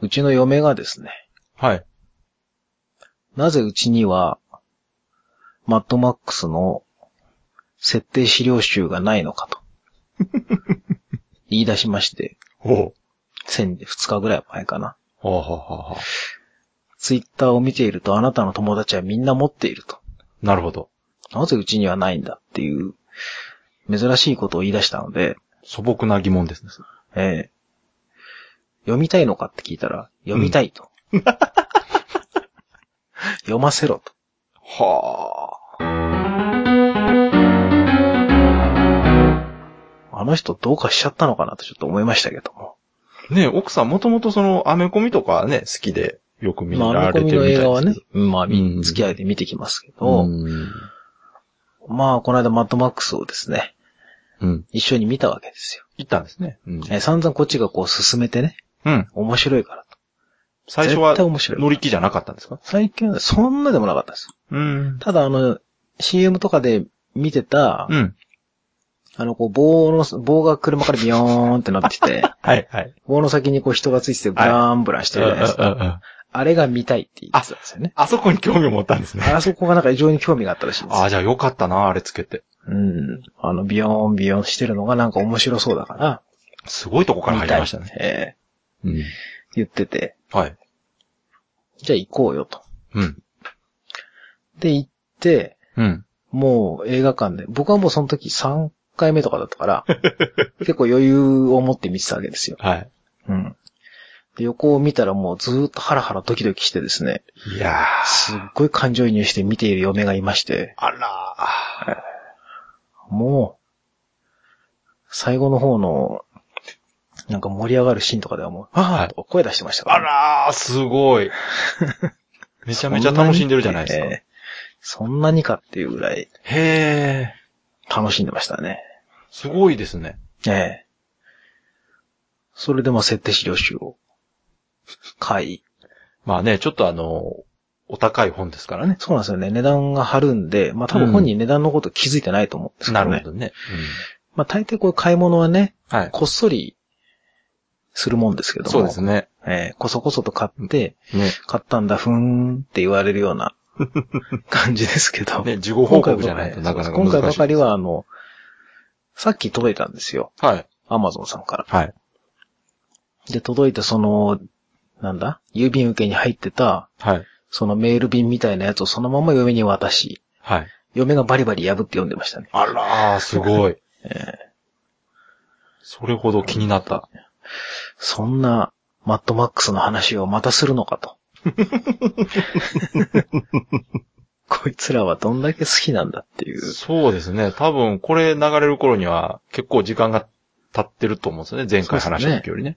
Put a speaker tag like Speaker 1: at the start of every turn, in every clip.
Speaker 1: うちの嫁がですね、
Speaker 2: はい。
Speaker 1: なぜうちには、マッドマックスの設定資料集がないのかと。言い出しまして、
Speaker 2: ほう。
Speaker 1: 先2日ぐらい前かな。
Speaker 2: ほうほうほうほ
Speaker 1: ツイッターを見ているとあなたの友達はみんな持っていると。
Speaker 2: う。なるほど。
Speaker 1: なぜうちにはないんだっていう、珍しいことを言い出したので、
Speaker 2: 素朴な疑問ですね。
Speaker 1: ええ読みたいのかって聞いたら、読みたいと。 読ませろと。
Speaker 2: は
Speaker 1: あの人どうかしちゃったのかなとちょっと思いましたけども。
Speaker 2: あ。ねえ奥さんもともとその、アメコミとかね、好きで、よく見
Speaker 1: まあ、
Speaker 2: ら
Speaker 1: アメコ
Speaker 2: れて
Speaker 1: ミ
Speaker 2: る
Speaker 1: の
Speaker 2: みたいですけど。
Speaker 1: 映画はね、うんまあ、
Speaker 2: う
Speaker 1: み
Speaker 2: ん
Speaker 1: 付き合いで見てきますけ
Speaker 2: う
Speaker 1: ど、
Speaker 2: ん。
Speaker 1: まあ、この間マッドマックスをですね、
Speaker 2: うん。
Speaker 1: 一緒に見たわけですよ。
Speaker 2: 行ったんですね。うん。
Speaker 1: え散々こっちがこう進めてね、
Speaker 2: うん。
Speaker 1: 面白いからと。
Speaker 2: 最初は
Speaker 1: 絶対、面白いから。
Speaker 2: 乗り気じゃなかったんですか
Speaker 1: 最近はそんなでもなかったです。
Speaker 2: うん。
Speaker 1: ただあの、CM とかで見てた、
Speaker 2: うん。
Speaker 1: あの、こう、棒の、棒が車からビヨーンってなってて、
Speaker 2: はい、はい。
Speaker 1: 棒の先にこう人がついててブランブランしてるじゃないですか。
Speaker 2: うんうんうん
Speaker 1: あれが見たいって言ってたんですよね。
Speaker 2: あそこに興味を持ったんですね。
Speaker 1: あそこがなんか異常に興味があったらしいんです
Speaker 2: あ
Speaker 1: よ。
Speaker 2: あ、じゃあよかったな、あれつけて。
Speaker 1: うん。あの、ビヨーンビヨーンしてるのがなんか面白そうだから、
Speaker 2: すごいとこから
Speaker 1: 見
Speaker 2: 入り
Speaker 1: たい
Speaker 2: ましたね。
Speaker 1: ええ
Speaker 2: うん。
Speaker 1: 言ってて、
Speaker 2: はい。
Speaker 1: じゃあ行こうよと。
Speaker 2: うん。
Speaker 1: で、行って、
Speaker 2: うん。
Speaker 1: もう映画館で、僕はもうその時3回目とかだった から、結構余裕を持って見てたわけですよ。
Speaker 2: はい。
Speaker 1: うん。で、横を見たらもうずーっとハラハラドキドキしてですね、
Speaker 2: いや
Speaker 1: すっ
Speaker 2: ー。
Speaker 1: ごい感情移入して見ている嫁がいまして、
Speaker 2: あら
Speaker 1: もう、最後の方の、なんか盛り上がるシーンとかではもう、
Speaker 2: ー。は
Speaker 1: あ
Speaker 2: い。
Speaker 1: 声出してましたか
Speaker 2: あ
Speaker 1: らね、
Speaker 2: らー、すご い。めちゃめちゃ楽しんでるじゃないですか。
Speaker 1: ええそんなにかっていうぐらい
Speaker 2: へー。
Speaker 1: 楽しんでましたね。
Speaker 2: すごいですね。
Speaker 1: ええそれでも設定資料集を買い。
Speaker 2: まあね、ちょっとあの、お高い本ですからね。
Speaker 1: そうなんですよね。値段が張るんで、まあ多分本人値段のこと気づいてないと思うんですけど
Speaker 2: な
Speaker 1: ね。
Speaker 2: るほどね。
Speaker 1: まあ大抵こういう買い物はね、
Speaker 2: うん。はい。
Speaker 1: こっそりするもんですけども。
Speaker 2: そうですね。
Speaker 1: えーこそこそと買って、
Speaker 2: ね。
Speaker 1: 買ったんだ、ふーんって言われるよう な感じですけど。
Speaker 2: ね、事後報告じゃないとなかなか難しい。
Speaker 1: 今回ばかり。は、あの、さっき届いたんですよ。
Speaker 2: はい。
Speaker 1: アマゾンさんから。
Speaker 2: はい。
Speaker 1: で、届いたその、なんだ郵便受けに入ってた、
Speaker 2: はい。
Speaker 1: そのメール便みたいなやつをそのまま嫁に渡し、
Speaker 2: はい。
Speaker 1: 嫁がバリバリ破って読んでましたね。
Speaker 2: あらー、すごい。それほど気になった。
Speaker 1: そんな、マッドマックスの話をまたするのか と。こいつらはどんだけ好きなんだっていう。
Speaker 2: そうですね。多分、これ流れる頃には結構時間が経ってると思うんですよね。前回話した時よりね。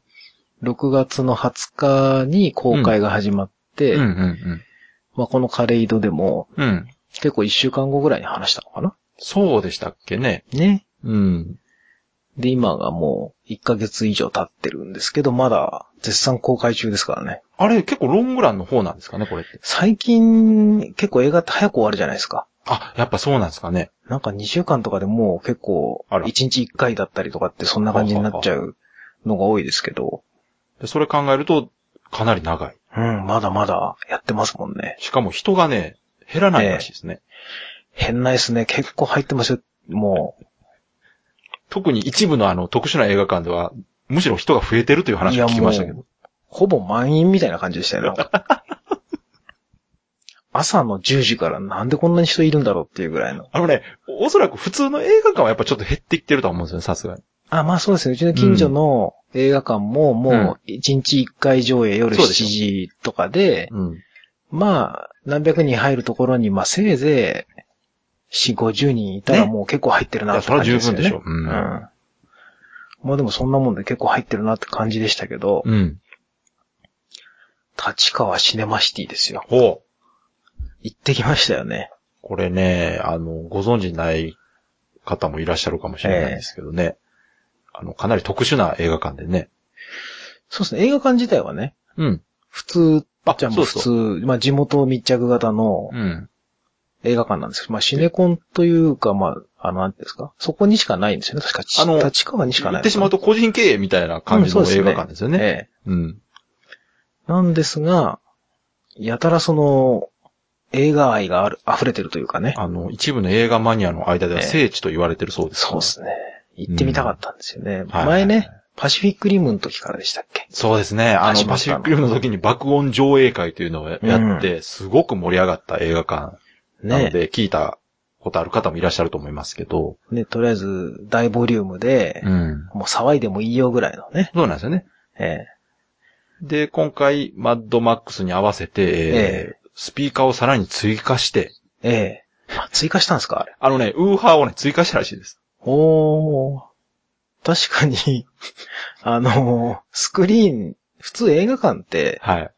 Speaker 1: 6月の20日に公開が始まって、
Speaker 2: うんうん
Speaker 1: まあ、このカレイドでも、
Speaker 2: うん。うん。
Speaker 1: 結構1週間後ぐらいに話したのかな
Speaker 2: そうでしたっけね。
Speaker 1: ね。
Speaker 2: うん。
Speaker 1: で、今がもう1ヶ月以上経ってるんですけど、まだ絶賛公開中ですからね。
Speaker 2: あれ、結構ロングランの方なんですかね、これって。
Speaker 1: 最近、結構映画って早く終わるじゃないですか。
Speaker 2: あ、やっぱそうなんですかね。
Speaker 1: なんか2週間とかでもう結構、
Speaker 2: あ
Speaker 1: 1
Speaker 2: ら
Speaker 1: 日1回だったりとかってそんな感じになっちゃうのが多いですけど、
Speaker 2: でそれ考えると、かなり長い。
Speaker 1: うん、まだまだやってますもんね。
Speaker 2: しかも人がね、減らないらしいですね。
Speaker 1: 変ないですね。結構入ってますよ。も
Speaker 2: 特に一部のあの、特殊な映画館では、むしろ人が増えてるという話を聞きましたけ
Speaker 1: いやも
Speaker 2: ど。
Speaker 1: う、ほぼ満員みたいな感じでしたよね。なんか 朝の10時からなんでこんなに人いるんだろうっていうぐらいの。
Speaker 2: あのね、おそらく普通の映画館はやっぱちょっと減ってきてるとは思うんですよね、さすがに。
Speaker 1: あ、まあそうですね。うちの近所の映画館ももう1日1回上映夜
Speaker 2: そう
Speaker 1: 7
Speaker 2: でしょ
Speaker 1: 時とかで、
Speaker 2: うん。
Speaker 1: まあ何百人入るところに、まあせいぜい4、50人いたら
Speaker 2: ね
Speaker 1: もう結構入ってる
Speaker 2: い
Speaker 1: な
Speaker 2: や
Speaker 1: って感じですよね。
Speaker 2: それは十分
Speaker 1: うん。
Speaker 2: でしょう
Speaker 1: まあでもそんなもんで結構入ってるなって感じでしたけど、
Speaker 2: うん。
Speaker 1: 立川シネマシティですよ。
Speaker 2: ほう。
Speaker 1: 行ってきましたよね。
Speaker 2: これね、あの、ご存知ない方もいらっしゃるかもしれないですけどね。あの、かなり特殊な映画館でね。
Speaker 1: そうですね。映画館自体はね、
Speaker 2: うん。
Speaker 1: 普通、
Speaker 2: あ
Speaker 1: じゃあもう普
Speaker 2: そう
Speaker 1: 通、
Speaker 2: そ
Speaker 1: まあ地元密着型の
Speaker 2: うん。
Speaker 1: 映画館なんですけど、まあシネコンというか、まあ、あの、なんていうんですか、そこにしかないんですよね。確か、ち
Speaker 2: あの
Speaker 1: 立川にしか
Speaker 2: 言
Speaker 1: ないのかな。
Speaker 2: ってしまうと個人経営みたいな感じの
Speaker 1: うんそうですね
Speaker 2: 映画館ですよね。
Speaker 1: ええ
Speaker 2: うん。
Speaker 1: なんですが、やたらその、映画愛がある、溢れてるというかね。
Speaker 2: あの、一部の映画マニアの間では
Speaker 1: ええ
Speaker 2: 聖地と言われてるそうですから、
Speaker 1: そうですね。行ってみたかったんですよね。
Speaker 2: はい
Speaker 1: 前ね、パシフィックリムの時からでしたっけ
Speaker 2: そうですね。あ
Speaker 1: 始
Speaker 2: の、
Speaker 1: まっ
Speaker 2: パ
Speaker 1: た
Speaker 2: シ
Speaker 1: の
Speaker 2: フィックリムの時に爆音上映会というのをやって、すごく盛り上がった映画館なの
Speaker 1: ね。
Speaker 2: で、聞いたことある方もいらっしゃると思いますけど、
Speaker 1: ね、とりあえず、大ボリュームで、
Speaker 2: うん。
Speaker 1: もう騒いでもいいよぐらいのね。
Speaker 2: そうなんですよね。
Speaker 1: え
Speaker 2: で、今回、マッドマックスに合わせて、えースピーカーをさらに追加して、
Speaker 1: えええあ追加したんですかあれ。
Speaker 2: あのね、ウーハーをね、追加したらしいです。
Speaker 1: おー。確かに、 あの、スクリーン、普通映画館って
Speaker 2: はい。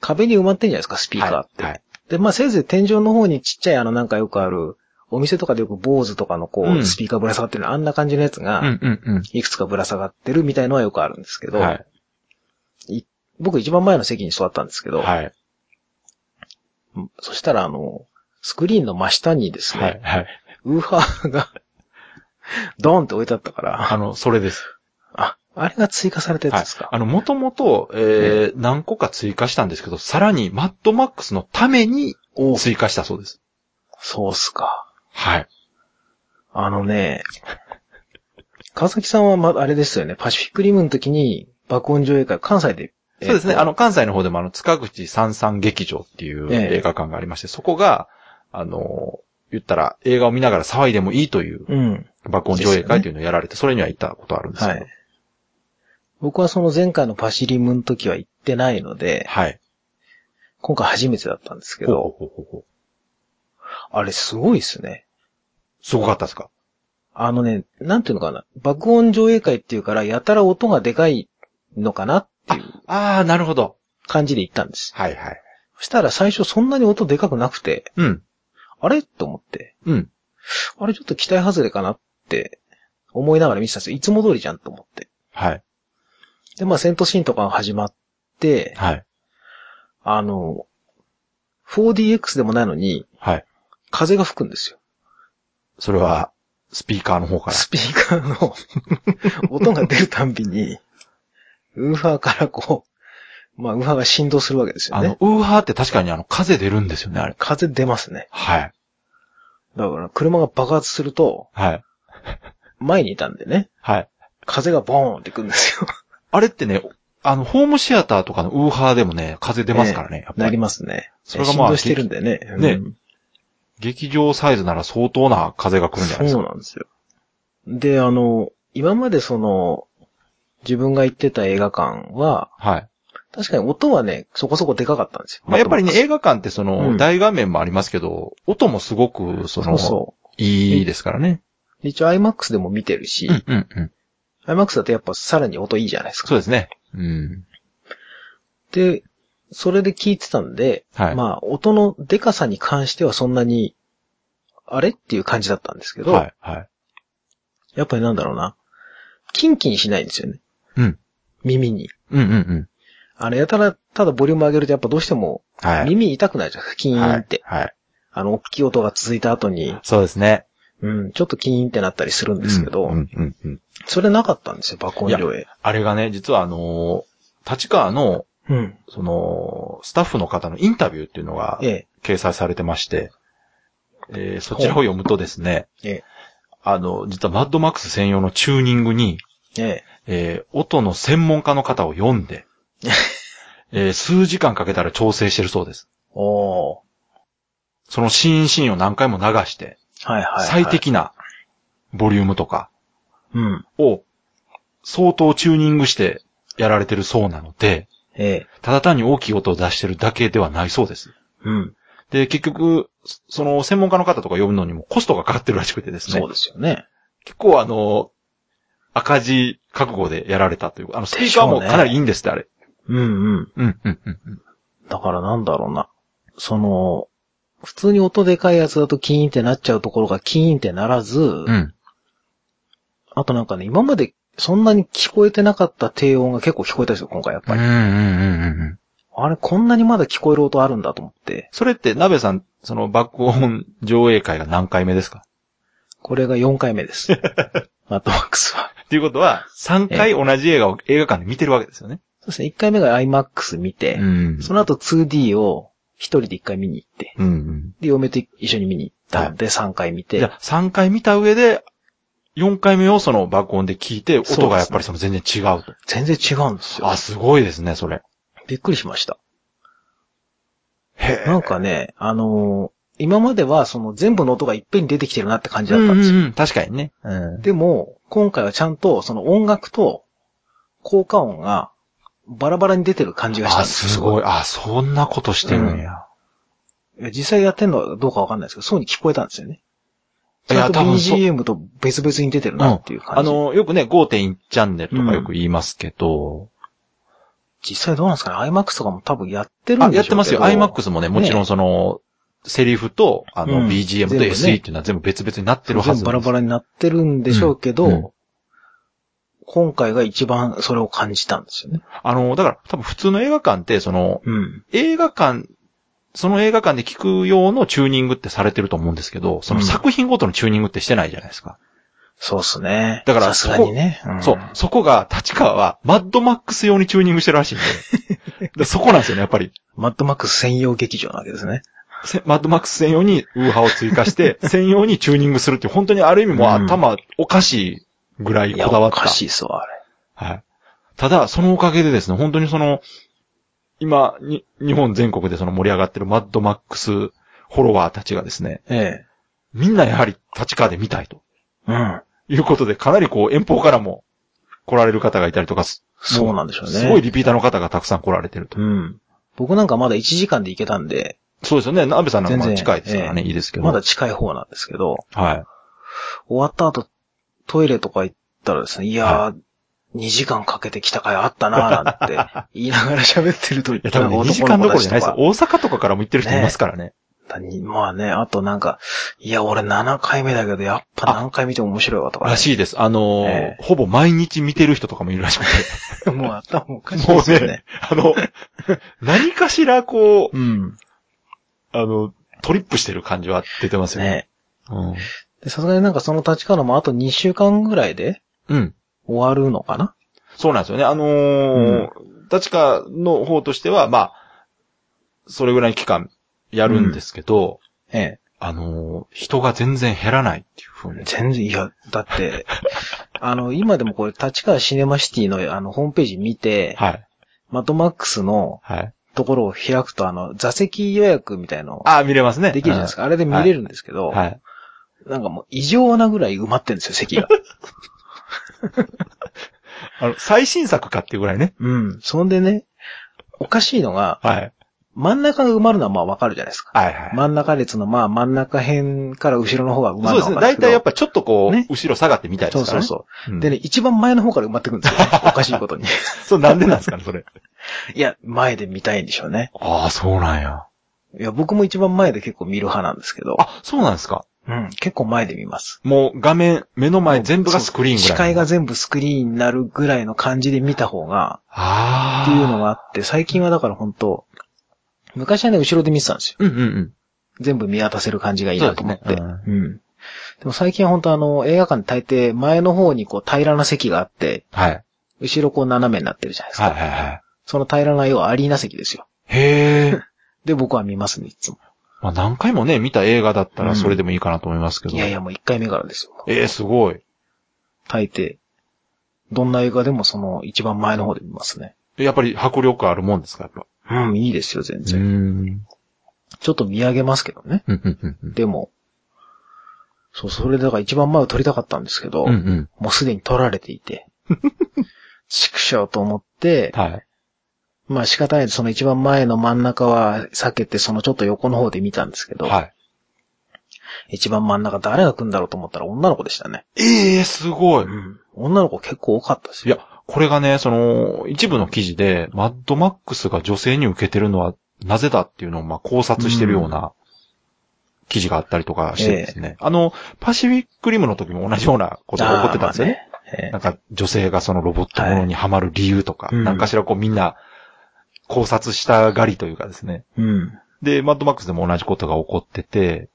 Speaker 1: 壁に埋まってんじゃないですか、スピーカーって。
Speaker 2: はいはい
Speaker 1: で、まあせいぜい天井の方にちっちゃいあのなんかよくある、お店とかでよく坊主とかのこ
Speaker 2: う
Speaker 1: う、
Speaker 2: ん
Speaker 1: スピーカーぶら下がってるの、あんな感じのやつが、
Speaker 2: うんうん
Speaker 1: いくつかぶら下がってるみたいのはよくあるんですけ
Speaker 2: う
Speaker 1: ど、
Speaker 2: ん。はい。
Speaker 1: 僕一番前の席に座ったんですけど、
Speaker 2: はい。
Speaker 1: うんそしたらあの、スクリーンの真下にですね、
Speaker 2: はい。はい。
Speaker 1: ウーハーが、ドーンって置いてあったから、
Speaker 2: あの、それです。
Speaker 1: あ、あれが追加されたやつ
Speaker 2: はい
Speaker 1: ですか、。
Speaker 2: あの、もともと、えー何個か追加したんですけど、さらに、マッドマックスのために
Speaker 1: おう
Speaker 2: 追加したそうです。
Speaker 1: そうっすか。
Speaker 2: はい。
Speaker 1: あのね、川崎さんはま、あれですよね、パシフィックリムの時に爆音上映会、関西で。
Speaker 2: そうですね。
Speaker 1: えーと
Speaker 2: あの、関西の方でも、あの、塚口三三劇場っていう
Speaker 1: ええ
Speaker 2: 映画館がありまして、そこが、あの、言ったら、映画を見ながら騒いでもいいという
Speaker 1: うん。
Speaker 2: 爆音上映会というのをやられて、それには行ったことあるんですけ
Speaker 1: は
Speaker 2: ど。
Speaker 1: い。僕はその前回のパシリムの時は行ってないので、
Speaker 2: はい。
Speaker 1: 今回初めてだったんですけ
Speaker 2: ほうほ
Speaker 1: ど、
Speaker 2: うほうほうほう
Speaker 1: あれすごいですね。
Speaker 2: すごかったですか
Speaker 1: あのね、なんていうのかな、爆音上映会っていうから、やたら音がでかいのかなっていう
Speaker 2: ああ、なるほど。
Speaker 1: 感じで行ったんです。
Speaker 2: はいはい。
Speaker 1: そしたら最初そんなに音でかくなくて、
Speaker 2: うん。
Speaker 1: あれと思って、
Speaker 2: うん。
Speaker 1: あれちょっと期待外れかなって思いながら見てたんですよ。いつも通りじゃんと思って。
Speaker 2: はい。
Speaker 1: で、まあ戦闘シーンとかが始まって、
Speaker 2: はい。
Speaker 1: あの、4DX でもないのに、
Speaker 2: はい。
Speaker 1: 風が吹くんですよ。
Speaker 2: それは、スピーカーの方から。
Speaker 1: スピーカー の音が出るたんびに、ウーファーからこう、まあウーファーが振動するわけですよ
Speaker 2: あの
Speaker 1: ね、。
Speaker 2: ウーハーって確かにあの、風出るんですよね、あれ。
Speaker 1: 風出ますね。
Speaker 2: はい。
Speaker 1: だから車が爆発すると、
Speaker 2: はい。
Speaker 1: 前にいたんでね、
Speaker 2: はい。
Speaker 1: 風がボーンってくるんですよ。
Speaker 2: あれってね、あの、ホームシアターとかのウーハーでもね、風出ますからね、やっ
Speaker 1: な
Speaker 2: ぱ
Speaker 1: り
Speaker 2: り。
Speaker 1: ますね。
Speaker 2: それがまあ
Speaker 1: 振動してるんでね。
Speaker 2: ね
Speaker 1: うん
Speaker 2: 劇場サイズなら相当な風が来るんじゃないです
Speaker 1: そう
Speaker 2: か。
Speaker 1: なんですよ。で、あの、今までその、自分が行ってた映画館は、
Speaker 2: はい。
Speaker 1: 確かに音はね、そこそこでかかったんですよ。
Speaker 2: まあ、やっぱりね、
Speaker 1: マッ
Speaker 2: 映画館ってその、
Speaker 1: うん
Speaker 2: 大画面もありますけど、音もすごく、そ
Speaker 1: トマッ
Speaker 2: の、
Speaker 1: クスそうそ
Speaker 2: いいですからね。
Speaker 1: う。一応 IMAX でも見てるし、
Speaker 2: うんうんうん。
Speaker 1: IMAX だとやっぱさらに音いいじゃないですか。
Speaker 2: そうですね。うん。
Speaker 1: で、それで聞いてたんで、
Speaker 2: はい。
Speaker 1: まあ、音のデカさに関してはそんなに、あれっていう感じだったんですけど、
Speaker 2: はい、はい。
Speaker 1: やっぱりなんだろうな、キンキンしないんですよね。
Speaker 2: うん。
Speaker 1: 耳に。
Speaker 2: うんうんうん。
Speaker 1: あれやたら、ただボリューム上げるとやっぱどうしても
Speaker 2: はい。
Speaker 1: 耳痛くなるじゃん、キーンって。
Speaker 2: はい。はい。
Speaker 1: あの、大きい音が続いた後に、
Speaker 2: そうですね。
Speaker 1: うん、ちょっとキーンってなったりするんですけど、
Speaker 2: うんうんうん。
Speaker 1: それなかったんですよ、爆音上映。
Speaker 2: あれがね、実はあのー立川の、
Speaker 1: うん。
Speaker 2: その、スタッフの方のインタビューっていうのが
Speaker 1: ええ、
Speaker 2: 掲載されてまして、えーそちらを読むとですね、
Speaker 1: ええ、
Speaker 2: あの、実はマッドマックス専用のチューニングに、
Speaker 1: ええ、
Speaker 2: えー音の専門家の方を読 んで、えー数時間かけたら調整してるそうです。
Speaker 1: おー
Speaker 2: そのシーンシーンを何回も流して、
Speaker 1: はいはい、はい。
Speaker 2: 最。適なボリュームとか
Speaker 1: うん。
Speaker 2: を相当チューニングしてやられてるそうなので、
Speaker 1: ええ、
Speaker 2: ただ単に大きい音を出してるだけではないそうです。
Speaker 1: うん。
Speaker 2: で、結局、そその、専門家の方とか呼ぶのにもコストがかかってるらしくてですね。
Speaker 1: そうですよね。
Speaker 2: 結構あの、赤字覚悟でやられたというか、あの、スピーカー
Speaker 1: でし
Speaker 2: も
Speaker 1: ょうね
Speaker 2: かなりいいんですって、あれ。
Speaker 1: うんうん。
Speaker 2: うん、うん、うんうん。
Speaker 1: だからなんだろうな。その、普通に音でかいやつだとキーンってなっちゃうところがキーンってならず、
Speaker 2: うん。
Speaker 1: あとなんかね、今までそんなに聞こえてなかった低音が結構聞こえたんですよ、今回やっ
Speaker 2: う
Speaker 1: ぱ
Speaker 2: ん、
Speaker 1: り。
Speaker 2: うん、うんうんうん。
Speaker 1: あれ、こんなにまだ聞こえる音あるんだと思って、
Speaker 2: それって、鍋さん、その、爆音上映会が何回目ですか
Speaker 1: これが4回目 です。マッドマックスは。
Speaker 2: っていうことは、3回同じ映画を映画館で見てるわけですよね。
Speaker 1: そうですね、1回目が IMAX 見て、
Speaker 2: うん。
Speaker 1: その後 2D を一人で一回見に行って、
Speaker 2: うんうん。
Speaker 1: で、嫁と一緒に見に行ったんで、3回見て、
Speaker 2: じゃあ、3回見た上で、4回目をその爆音で聞いて、
Speaker 1: そうですね
Speaker 2: 音がやっぱりその全然違うと。
Speaker 1: 全然違うんですよ
Speaker 2: あ、。すごいですね、それ。
Speaker 1: びっくりしました。
Speaker 2: へ
Speaker 1: なんかね、あのー今まではその全部の音がいっぺんに出てきてるなって感じ
Speaker 2: う
Speaker 1: だっ
Speaker 2: ん
Speaker 1: たんですよ。
Speaker 2: うんうん確かにね。うん。
Speaker 1: でも、今回はちゃんとその音楽と効果音がバラバラに出てる感じがしたん
Speaker 2: あ、
Speaker 1: ですよ
Speaker 2: すごい。あ、そんなことしてるんや。
Speaker 1: いや実際やってんのはどうかわかんないですけど、そうに聞こえたんですよね。
Speaker 2: い
Speaker 1: ち
Speaker 2: や
Speaker 1: ゃんと
Speaker 2: 多分そう
Speaker 1: BGM と別々に出てるなっていう
Speaker 2: あ
Speaker 1: 感じ。
Speaker 2: の、よくね、5.1チャンネルとかよく言いますけど、
Speaker 1: 実際どうなんですかね ?iMax とかも多分やってる
Speaker 2: あ、
Speaker 1: んでしょうけど
Speaker 2: やってますよ。IMAX もね、もちろんその、セリフと、あ
Speaker 1: う
Speaker 2: の、
Speaker 1: ん
Speaker 2: BGM と
Speaker 1: 全部ね
Speaker 2: SE っていうのは全部別々になってるはず
Speaker 1: 全部バラバ
Speaker 2: ラ。
Speaker 1: ラになってるんでしょうけど、
Speaker 2: うんうん
Speaker 1: 今回が一番それを感じたんですよね。
Speaker 2: あの、だから多分普通の映画館って、その、
Speaker 1: うん。
Speaker 2: 映画館、その映画館で聞く用のチューニングってされてると思うんですけど、その
Speaker 1: うん
Speaker 2: 作品ごとのチューニングってしてないじゃないですか。
Speaker 1: そうっすね。
Speaker 2: だから
Speaker 1: さすがにね。ん
Speaker 2: そう。そこが、立川は、マッドマックス用にチューニングしてるらしいん で。でそこなんですよね、やっぱり。
Speaker 1: マッドマックス専用劇場なわけですね。
Speaker 2: せマッドマックス専用にウーハーを追加 して、専用にチューニングするっていう、本当にある意味もう
Speaker 1: うん
Speaker 2: 頭おかしいぐらい
Speaker 1: い
Speaker 2: こ
Speaker 1: や、
Speaker 2: だわ
Speaker 1: お
Speaker 2: った。
Speaker 1: かしいっすわ、あれ。
Speaker 2: はい。ただ、そのおかげでですね、本当にその、今、に、日本全国でその盛り上がってるマッドマックスフォロワーたちがですね、
Speaker 1: え
Speaker 2: みんなやはり立川で見たいと
Speaker 1: え。うん。
Speaker 2: いうことで、かなりこう遠方からも来られる方がいたりとか、す
Speaker 1: そうなんでしょうね。
Speaker 2: すごいリピーターの方がたくさん来られてると。
Speaker 1: うん。僕なんかまだ1時間で行けたんで、
Speaker 2: そうですよね。なべさんなんかまだ
Speaker 1: 全然
Speaker 2: 近いですからね、
Speaker 1: え
Speaker 2: いいですけど。
Speaker 1: まだ近い方なんですけど、
Speaker 2: はい。
Speaker 1: 終わった後、トイレとか行ったらですね、いやー、2時間かけてきた回あったなー なんて言いながら喋ってると、い
Speaker 2: いや、多分ね、2時間どころじゃないですよ。大阪とかからも行ってる人いますからね。
Speaker 1: まあね、あとなんか、いや、俺7回目だけど、やっぱ何回見ても面白いわとか、ね。
Speaker 2: らしいです。あのー
Speaker 1: え
Speaker 2: ほぼ毎日見てる人とかもいるらしく て。
Speaker 1: い。もう頭おかしい
Speaker 2: も
Speaker 1: で
Speaker 2: う
Speaker 1: すよ
Speaker 2: ね
Speaker 1: ね。、
Speaker 2: あの、何かしらこう、
Speaker 1: うん。
Speaker 2: あの、トリップしてる感じは出てますよね。
Speaker 1: ね
Speaker 2: うん。
Speaker 1: でさすがになんかその立川のもあと2週間ぐらいで
Speaker 2: うん。
Speaker 1: 終わるのかな
Speaker 2: そうなんですよね。あのー、立川の方としては、まあ、それぐらいの期間やるんですけど、
Speaker 1: ええ。
Speaker 2: あのー、人が全然減らないっていうふうに。
Speaker 1: 全然、いや、だ って、あの、今でもこれ、立川シネマシティのあの、ホームページ見て、
Speaker 2: はい。
Speaker 1: マトマックスの
Speaker 2: はい。
Speaker 1: ところを開くと、あの、座席予約みたいの
Speaker 2: ああ、見れますね。
Speaker 1: できるじゃないですか。あれで見れるんですけど、
Speaker 2: うん。はい。
Speaker 1: なんかもう異常なぐらい埋まってるんですよ、席 が。
Speaker 2: あの、最新作かっていうぐらいね。
Speaker 1: うん。そんでね、おかしいのが、
Speaker 2: はい。
Speaker 1: 真ん中が埋まるのはまあわかるじゃないですか。
Speaker 2: はいはい。
Speaker 1: 真ん中列のまあ真ん中辺から後ろの方が埋まる
Speaker 2: そう
Speaker 1: の
Speaker 2: です
Speaker 1: は
Speaker 2: ね。
Speaker 1: わかる
Speaker 2: 大
Speaker 1: んですけど。
Speaker 2: 体やっぱちょっとこう、
Speaker 1: ね
Speaker 2: 後ろ下がってみたいで
Speaker 1: そう
Speaker 2: すか
Speaker 1: そ
Speaker 2: ら
Speaker 1: う
Speaker 2: ね。
Speaker 1: そうう。
Speaker 2: ん
Speaker 1: でね、一番前の方から埋まってくるんです よ。おかしいことに。
Speaker 2: そう、なんでなんですかね、それ。
Speaker 1: いや、前で見たいんでしょうね。
Speaker 2: ああ、そうなんや。
Speaker 1: いや、僕も一番前で結構見る派なんですけど。
Speaker 2: あ、そうなんですか。
Speaker 1: うん、結構前で見ます。
Speaker 2: もう画面、目の前全部がスクリーンぐらい。
Speaker 1: 視界が。全部スクリーンになるぐらいの感じで見た方が、
Speaker 2: ああ。
Speaker 1: っていうのがあって、最近はだから本当昔はね、後ろで見てたんですよ。
Speaker 2: うんうん
Speaker 1: 全部見渡せる感じがいいなと思って。
Speaker 2: そうですね
Speaker 1: うん。でも最近は本当あの、映画館大抵前の方にこう平らな席があって、
Speaker 2: はい。はい
Speaker 1: 後ろこう斜めになってるじゃないですか。
Speaker 2: はいはい。
Speaker 1: その平らな要はアリーナ席ですよ。
Speaker 2: へえ。
Speaker 1: で、僕は見ますね、いつも。
Speaker 2: まあ何回もね、見た映画だった
Speaker 1: う
Speaker 2: ら
Speaker 1: ん
Speaker 2: それでもいいかなと思いますけど。
Speaker 1: いやいや、もう一回目からですよ。
Speaker 2: ええ、すごい。
Speaker 1: 大抵。どんな映画でもその一番前の方で見ますね。
Speaker 2: やっぱり迫力あるもんですか、やっぱ。
Speaker 1: うん、いいですよ、全
Speaker 2: う
Speaker 1: 然。
Speaker 2: ん。
Speaker 1: ちょっと見上げますけどね。
Speaker 2: うんうんうんうん。
Speaker 1: でも、そう、それだから一番前を撮りたかったんですけど、
Speaker 2: うんうん。
Speaker 1: もうすでに撮られてい て、縮小と思って、
Speaker 2: はい。
Speaker 1: まあ仕方ないでその一番前の真ん中は避けて、そのちょっと横の方で見たんですけど、
Speaker 2: は
Speaker 1: 一番真ん中誰が来るんだろうと思ったら女の子でしたね。
Speaker 2: い。ええ、すごい。
Speaker 1: 女の子結構多かったです
Speaker 2: い
Speaker 1: よ。
Speaker 2: や、これがね、その、一部の記事で、マッドマックスが女性に受けてるのはなぜだっていうのを、まあ、考察してるような記事があったりとかしてですね。あの、パシフィックリムの時も同じようなことが起こってたんですよね。
Speaker 1: ね
Speaker 2: なんか、女性がそのロボットものにハマる理由とか、
Speaker 1: はいうん
Speaker 2: なんかしらこうみんな考察したがりというかですね。
Speaker 1: うん。
Speaker 2: で、マッドマックスでも同じことが起こってて、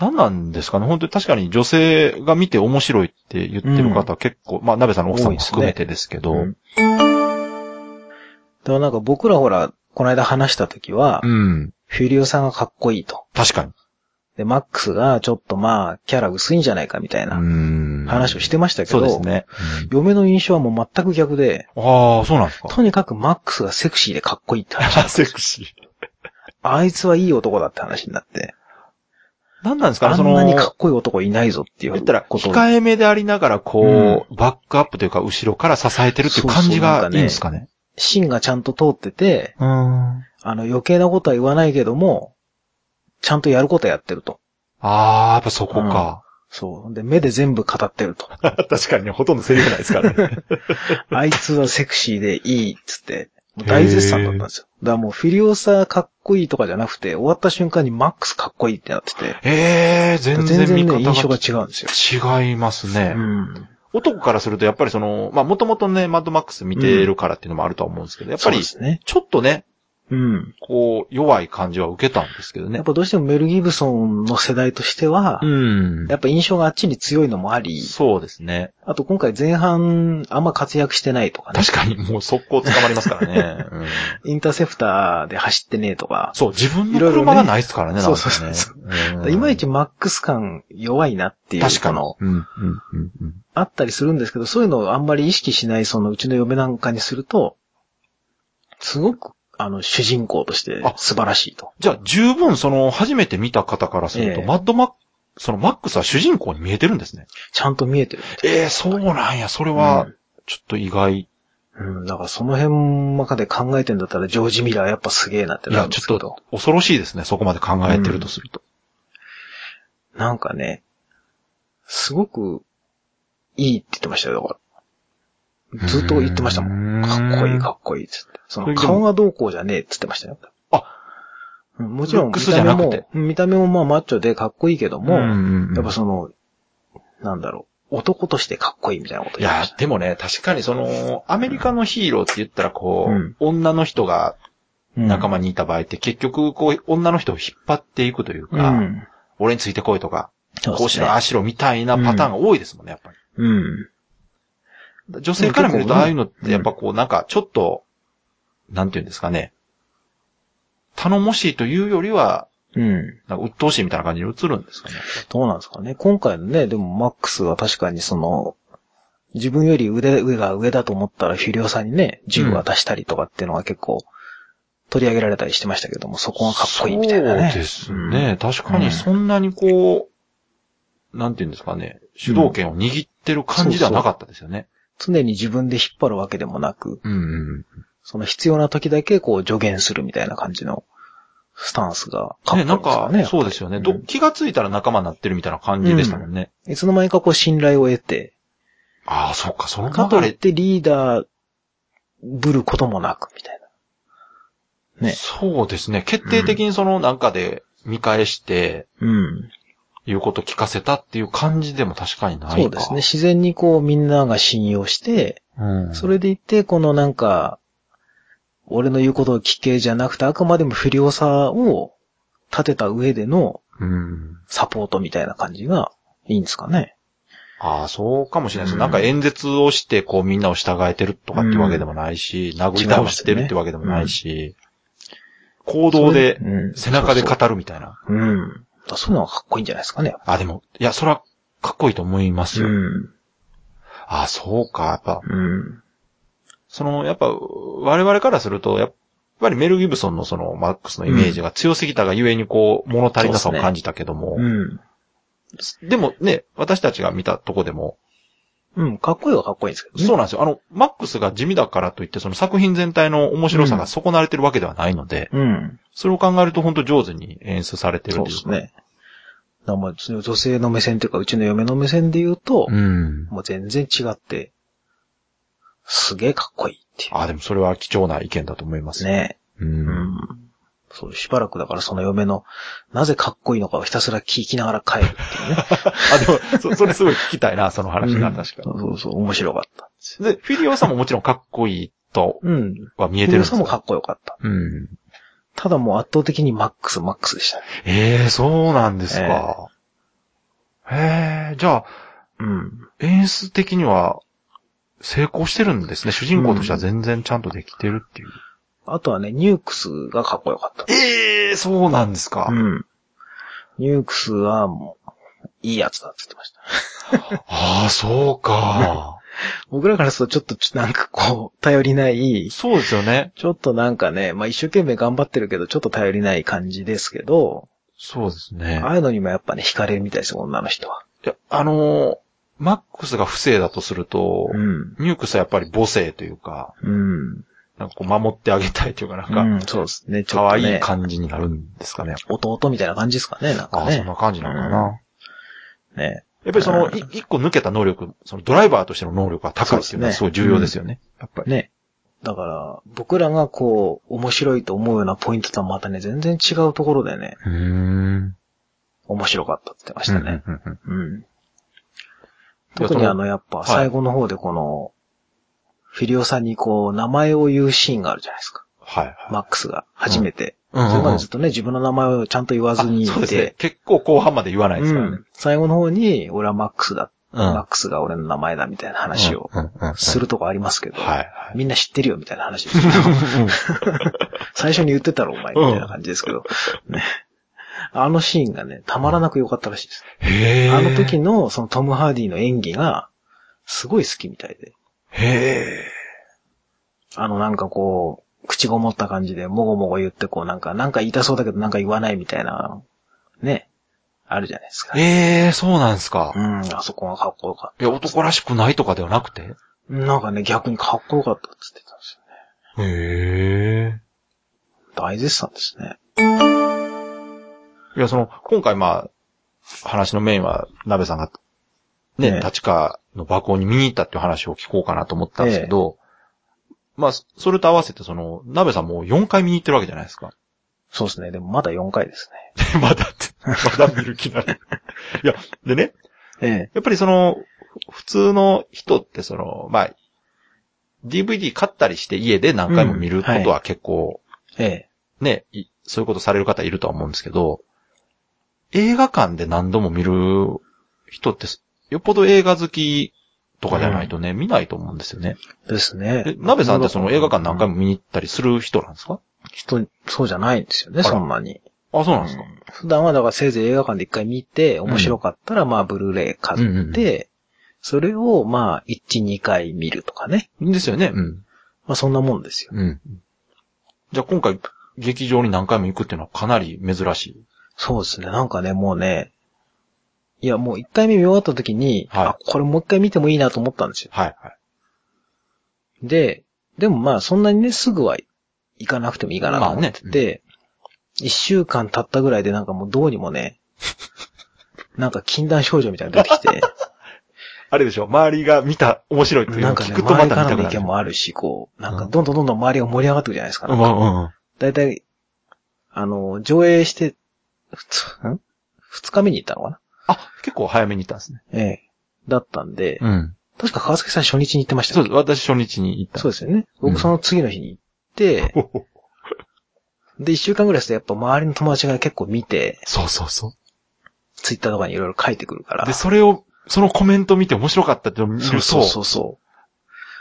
Speaker 2: 何なんですかね本当に確かに女性が見て面白いって言ってる方は結構、まあ、鍋さんの奥さんも含めてですけど、
Speaker 1: うんでもなんか僕らほら、この間話した時は、
Speaker 2: うん。
Speaker 1: フュリオさんがかっこいいと。
Speaker 2: 確かに。
Speaker 1: で、マックスがちょっとまあ、キャラ薄いんじゃないかみたいな
Speaker 2: うん
Speaker 1: 話をしてましたけ
Speaker 2: そ
Speaker 1: ど、
Speaker 2: うですね。
Speaker 1: 嫁の印象はもう全く逆で、
Speaker 2: ああ、そうなんですか。
Speaker 1: とにかくマックスがセクシーでかっこいいって 話。
Speaker 2: セクシー。
Speaker 1: あいつはいい男だって話になって、
Speaker 2: 何なんですか
Speaker 1: あ
Speaker 2: ね、そ
Speaker 1: ん
Speaker 2: の、
Speaker 1: なにかっこいい男いないぞっていう
Speaker 2: 言ったら、
Speaker 1: ことを
Speaker 2: 控えめでありながら、こう、バックアップというか、後ろから支えてるっていう感
Speaker 1: そう
Speaker 2: じ
Speaker 1: そうな
Speaker 2: が
Speaker 1: んか
Speaker 2: い
Speaker 1: ね
Speaker 2: いんですかね。
Speaker 1: 芯がちゃんと通ってて、
Speaker 2: うん。
Speaker 1: あの余計なことは言わないけども、ちゃんとやることはやってると。
Speaker 2: ああ、やっぱそこか。
Speaker 1: そう。で、目で全部語ってると。
Speaker 2: 確かにね、ほとんどセリフないですから ね。
Speaker 1: あいつはセクシーでいいっつって、もう大絶賛だったんですよ。だからもうフィリオサかっこいいとかじゃなくて、終わった瞬間にマックスかっこいいってなってて、
Speaker 2: ええ全
Speaker 1: 全
Speaker 2: 然見
Speaker 1: 然
Speaker 2: 方
Speaker 1: ね、
Speaker 2: が
Speaker 1: 印象が違うんですよ。
Speaker 2: 違いますね
Speaker 1: う。ん。
Speaker 2: 男からすると、やっぱりその、まあ、もともとね、マッドマックス見てるからっていうのもあるとは思うんですけど、やっぱ
Speaker 1: そう
Speaker 2: り
Speaker 1: で、すね。
Speaker 2: ちょっとね、
Speaker 1: うん。
Speaker 2: こう、弱い感じは受けたんですけど
Speaker 1: や
Speaker 2: ね
Speaker 1: っ。ぱどうしてもメル・ギブソンの世代としては、
Speaker 2: うん
Speaker 1: やっぱ印象があっちに強いのもあり、
Speaker 2: そうですね。
Speaker 1: あと今回前半あんま活躍してないとかね。
Speaker 2: 確かにもう速攻捕まりますから ね。うん
Speaker 1: インターセプターで走ってねえとか。
Speaker 2: そう、自分の
Speaker 1: いろいろね
Speaker 2: 車がないですからね、なんかね
Speaker 1: そうそうそう
Speaker 2: うん
Speaker 1: いまいちマックス感弱いなっていう。
Speaker 2: 確かに
Speaker 1: の。
Speaker 2: うん、うん、うんうん。
Speaker 1: あったりするんですけど、そういうのをあんまり意識しないそのうちの嫁なんかにすると、すごく、あの、主人公として
Speaker 2: あ
Speaker 1: 素晴らしいと。
Speaker 2: じゃあ、十分その、初めて見た方からすると、
Speaker 1: ええ
Speaker 2: マッドマック、そのマックスは主人公に見えてるんですね。
Speaker 1: ちゃんと見えてる。
Speaker 2: ええそうなんや。それは、ちょっと意外。い
Speaker 1: うん、だからその辺の中で考えてんだったら、ジョージ・ミラーやっぱすげえなってなる
Speaker 2: や、
Speaker 1: んで
Speaker 2: ち
Speaker 1: す
Speaker 2: ょ
Speaker 1: け
Speaker 2: っ
Speaker 1: ど
Speaker 2: と。、恐ろしいですね。そこまで考えてるとすると。
Speaker 1: なんかね、すごく、いいって言ってましたよ、だから。ずっと言ってましたもん。
Speaker 2: ん
Speaker 1: かっこいい、か
Speaker 2: っ
Speaker 1: っこいいっつって。そ
Speaker 2: そ
Speaker 1: の
Speaker 2: れでも
Speaker 1: 顔がどうこうじゃねえっつってましたよ。
Speaker 2: あ
Speaker 1: うんもちろん
Speaker 2: ルッ
Speaker 1: 見た
Speaker 2: クス
Speaker 1: 目
Speaker 2: じゃな
Speaker 1: も
Speaker 2: くて、
Speaker 1: うん見た目もまあマッチョでかっこいいけども、やっぱその、なんだろう、男としてかっこいいみたいなこと
Speaker 2: い
Speaker 1: 言ってま
Speaker 2: や
Speaker 1: し、
Speaker 2: でもね、確かにその、アメリカのヒーローって言ったらこう、
Speaker 1: うん
Speaker 2: 女の人が
Speaker 1: た。
Speaker 2: 仲間にいた場合って結局こう、女の人を引っ張っていくという
Speaker 1: うん。う
Speaker 2: か、
Speaker 1: ん。
Speaker 2: 俺についてこいとか、
Speaker 1: そう
Speaker 2: こ
Speaker 1: で
Speaker 2: うし
Speaker 1: す
Speaker 2: ろ、
Speaker 1: ね
Speaker 2: ああしろみたいなパターンが多いですもんね、やっぱり。
Speaker 1: うん。
Speaker 2: 女性から見る
Speaker 1: で
Speaker 2: と、
Speaker 1: も結構ね
Speaker 2: ああいうのってやっぱこう、なんかちょっと、なんていうんですかね、頼もしいというよりは、
Speaker 1: うん。
Speaker 2: なんか鬱陶しいみたいな感じに映るんですかね。
Speaker 1: どうなんですかね。今回のね、でもマックスは確かにその、自分より腕上が上だと思ったらフィリオさんにね、銃を渡したりとかっていうのが結構取り上げられたりしてましたけども、そこがかっこいいみたいなね。
Speaker 2: そうですね。確かにそんなにこう、なんていうんですかね、主導権を握ってる感じではなかったですよね。
Speaker 1: 常に自分で引っ張るわけでもなく、
Speaker 2: うんうん。
Speaker 1: その必要な時だけこう助言するみたいな感じのスタンスがかっこいい
Speaker 2: ね、なん
Speaker 1: ですよ
Speaker 2: か
Speaker 1: ね。、
Speaker 2: そうですよね、
Speaker 1: うん
Speaker 2: ど気がついたら仲間になってるみたいな感じでしたもんね。
Speaker 1: いつの間にかこう信頼を得て、
Speaker 2: ああ、そっか、その
Speaker 1: かと
Speaker 2: 流
Speaker 1: いっ
Speaker 2: れ、
Speaker 1: てリーダーぶることもなくみたいね
Speaker 2: そうですね。決定的にそのなんかで見返して、
Speaker 1: な。うん。
Speaker 2: 言うこと聞かせたっていう感じでも確かにないか。
Speaker 1: そうですね。。自然にこうみんなが信用して、
Speaker 2: うん。
Speaker 1: それでいってこのなんか、俺の言うことを聞けじゃなくて、あくまでも不良さを立てた上での
Speaker 2: うん。
Speaker 1: サポートみたいな感じがいいんですかね。
Speaker 2: ああ、そうかもしれないです。
Speaker 1: うん
Speaker 2: なんか演説をして、こうみんなを従えてるとかっていうわけでもないし、殴り倒してるってわけでもないし、行動で
Speaker 1: それうん
Speaker 2: 背中で
Speaker 1: そうそう
Speaker 2: 語るみたいな。
Speaker 1: うん。だからそういうのがかっこいいんじゃないですかね。
Speaker 2: あ、でも、いや、それはかっこいいと思いますよ。
Speaker 1: ん。
Speaker 2: ああ、そうか。やっぱ、
Speaker 1: うん。
Speaker 2: その、やっぱ、我々からすると、やっぱりメル・ギブソンのそのマックスのイメージが強すぎたがゆえにこう、物足りなさを感じたけども、
Speaker 1: うん。
Speaker 2: でもね、私たちが見たとこでも、
Speaker 1: うん。かっこいいはかっこいいんですけどね。
Speaker 2: そうなんですよ。あの、マックスが地味だからといって、その作品全体の面白さが損なわれてるわけではないので、
Speaker 1: うん。
Speaker 2: それを考えると本当上手に演出されてる
Speaker 1: そう
Speaker 2: んで
Speaker 1: ですす。ね。だからまあそういう女性の目線というか、うちの嫁の目線で言うと、
Speaker 2: うん。
Speaker 1: もう全然違って、すげえかっこいいってい
Speaker 2: あ、でもそれは貴重な意見だと思います。
Speaker 1: う。。ね。
Speaker 2: う。
Speaker 1: うんん。そう、しばらくだからその嫁の、なぜかっこいいのかをひたすら聞きながら帰るっていうね。
Speaker 2: あ、でも、そ、 それすごい聞きたいな、その話
Speaker 1: う
Speaker 2: が、
Speaker 1: ん
Speaker 2: 確か
Speaker 1: そうそうそう、面白かった。
Speaker 2: に。で、フィリオさんももちろんかっこいいと
Speaker 1: うん。
Speaker 2: は見え
Speaker 1: エ
Speaker 2: てる
Speaker 1: ル
Speaker 2: んです
Speaker 1: さんもか
Speaker 2: よ。
Speaker 1: っこよかった。
Speaker 2: うん。
Speaker 1: ただもう圧倒的にマックス、マックスでしたね。
Speaker 2: ええそうなんですか。へえ、じゃあ、
Speaker 1: うん。
Speaker 2: 演出的には成功してるんですね。主人公としては全然ちゃんとできてるっていう。
Speaker 1: あとはね、ニュークスがかっこよかった。
Speaker 2: ええー、そうなんですか。
Speaker 1: うん。ニュークスはもう、いいやつだって言ってました。
Speaker 2: ああ、そうか。
Speaker 1: 僕らからするとちょっとなんかこう、頼りない、
Speaker 2: そうですよね。
Speaker 1: ちょっとなんかね、まあ一生懸命頑張ってるけど、ちょっと頼りない感じですけど、
Speaker 2: そうですね。
Speaker 1: ああいうのにもやっぱね、惹かれるみたいですよ、女の人は。
Speaker 2: いや、あのーマックスが不正だとすると、
Speaker 1: うん。
Speaker 2: ニュークスはやっぱり母性というか、
Speaker 1: うん。
Speaker 2: なんかこう守ってあげたいというか、なんか、
Speaker 1: うん、そうですね、ちょ
Speaker 2: 可
Speaker 1: っと、
Speaker 2: 愛
Speaker 1: ね。
Speaker 2: い感じになるんですかね。
Speaker 1: 弟みたいな感じですかね、なん
Speaker 2: あ
Speaker 1: か
Speaker 2: あ、そ
Speaker 1: ね。
Speaker 2: んな感じなのかな。
Speaker 1: うんね。
Speaker 2: やっぱりその、
Speaker 1: うん
Speaker 2: い一個抜けた能力、そのドライバーとしての能力が高いっていうのはす
Speaker 1: そ
Speaker 2: ご
Speaker 1: う
Speaker 2: い
Speaker 1: ですね
Speaker 2: 重要ですよね。やっぱり。
Speaker 1: ね。だから、僕らがこう、面白いと思うようなポイントとはまたね、全然違うところでね、
Speaker 2: うーん。
Speaker 1: 面白かったって言ってまし
Speaker 2: うん
Speaker 1: た
Speaker 2: うん
Speaker 1: ね。
Speaker 2: うんうん
Speaker 1: うん。特にあの、やっぱ、
Speaker 2: い
Speaker 1: 最後の方でこの、フィリオさんにこう、名前を言うシーンがあるじゃないですか。
Speaker 2: はいはい。
Speaker 1: マックスが、初めて。
Speaker 2: うんうんうん
Speaker 1: それまでずっとね、自分の名前をちゃんと言わずにい
Speaker 2: あそうですね
Speaker 1: て。、
Speaker 2: 結構後半まで言わないですからね。
Speaker 1: うん最後の方に、俺はマックスだ、
Speaker 2: うん。
Speaker 1: マックスが俺の名前だみたいな話を
Speaker 2: うんうんうんうん
Speaker 1: するとこありますけど、
Speaker 2: はいはい。
Speaker 1: みんな知ってるよみたいな話ですよ 最初に言ってたろお前みたいな感じですけど、ね。あのシーンがね、たまらなく良かったらしいです。
Speaker 2: へー
Speaker 1: あの時のそのトム・ハーディの演技が、すごい好きみたいで。
Speaker 2: へ
Speaker 1: あのなんかこう、口ごもった感じで、もごもご言ってこう、なんか、なんか言いたそうだけどなんか言わないみたいな、ね、あるじゃないですか
Speaker 2: え。。ええ、そうなんですか
Speaker 1: う。ん、あそこがかっこよかっ
Speaker 2: いや、男らしくないとかではなくてへ
Speaker 1: た。なんかね、逆にかっこよかったって言ってたんですよね。
Speaker 2: え。
Speaker 1: 大絶賛ですね。
Speaker 2: いや、その、今回まあ、話のメインは、鍋さんが、ね、
Speaker 1: ええ
Speaker 2: 立川の馬行に見に行ったっていう話を聞こうかなと思ったんですけど、まあ、そそれと合わせて、その、鍋さんもう4回見に行ってるわけじゃないですか。
Speaker 1: そうですね。でもまだ4回です
Speaker 2: まだって、まだ見る気ない。いや、でね、
Speaker 1: ね。ええ。
Speaker 2: やっぱりその、ふ普通の人ってその、まあ、DVD 買ったりして家で何回も見るこ
Speaker 1: うん
Speaker 2: と
Speaker 1: は
Speaker 2: は結構、
Speaker 1: ええ。
Speaker 2: ね、いそういうことされる方いるとは思うんですけど、映画館で何度も見る人って、よっぽど映画好きとかじゃないとね、見ないと思うんですよね。
Speaker 1: です
Speaker 2: え
Speaker 1: ね。
Speaker 2: 鍋さんってその映画館何回
Speaker 1: も。
Speaker 2: も見に行ったりする人なんですか
Speaker 1: 人、そうじゃないんですよね、
Speaker 2: あら
Speaker 1: そんなに。
Speaker 2: あ、そうなんですか。
Speaker 1: 普段はだからせいぜい映画館で一回見て、面白かったらまあブルーレイ買って、
Speaker 2: うんうん
Speaker 1: それをまあ1、2回見るとかね。
Speaker 2: ですよね。うん。
Speaker 1: まあそんなもんですよ。
Speaker 2: うん。じゃあ今回、劇場に何回も行くっていうのはかなり珍しい。
Speaker 1: そうですね。なんかね、もうね、いやもう一回目見終わった時に、
Speaker 2: はい
Speaker 1: あ、これもう一回見てもいいなと思ったんですよ。
Speaker 2: はい、はい。
Speaker 1: で、でもまあそんなにね、すぐは行かなくてもいいかなと思って
Speaker 2: まあ
Speaker 1: て、一、週間経ったぐらいでなんかもうどうにもね、 なんか禁断症状みたいなの出てき て、
Speaker 2: あれでしょ周りが見た、面白いっていうの
Speaker 1: な
Speaker 2: を
Speaker 1: んかね、
Speaker 2: 聞
Speaker 1: 周
Speaker 2: く
Speaker 1: り
Speaker 2: とまた
Speaker 1: から
Speaker 2: 見た
Speaker 1: の
Speaker 2: くな
Speaker 1: 意
Speaker 2: る。
Speaker 1: 見もあるし、こう、なんか
Speaker 2: うん
Speaker 1: どんどんどんどん周りが盛り上がってくるじゃないですか。
Speaker 2: うんうんうん。
Speaker 1: だいたい、あの、上映して、ふつ、ん二日目に行ったのかな
Speaker 2: あ、結構早めに行ったんですね。
Speaker 1: ええ。だったんで、
Speaker 2: うん。
Speaker 1: 確か川崎さん初日に行ってました
Speaker 2: そう
Speaker 1: よ
Speaker 2: で
Speaker 1: ね
Speaker 2: す。私初日に行った。
Speaker 1: そう
Speaker 2: う
Speaker 1: ですよね。
Speaker 2: うん
Speaker 1: 僕その次の日に行って、で、一週間ぐらいしてやっぱ周りの友達が結構見て、
Speaker 2: そうそうそ
Speaker 1: ツイッターとかにいろいろ書いてくるか
Speaker 2: う。
Speaker 1: ら。
Speaker 2: で、それを、そのコメント見て面白かったっていうのを見る
Speaker 1: そ
Speaker 2: と、
Speaker 1: うそうそうそ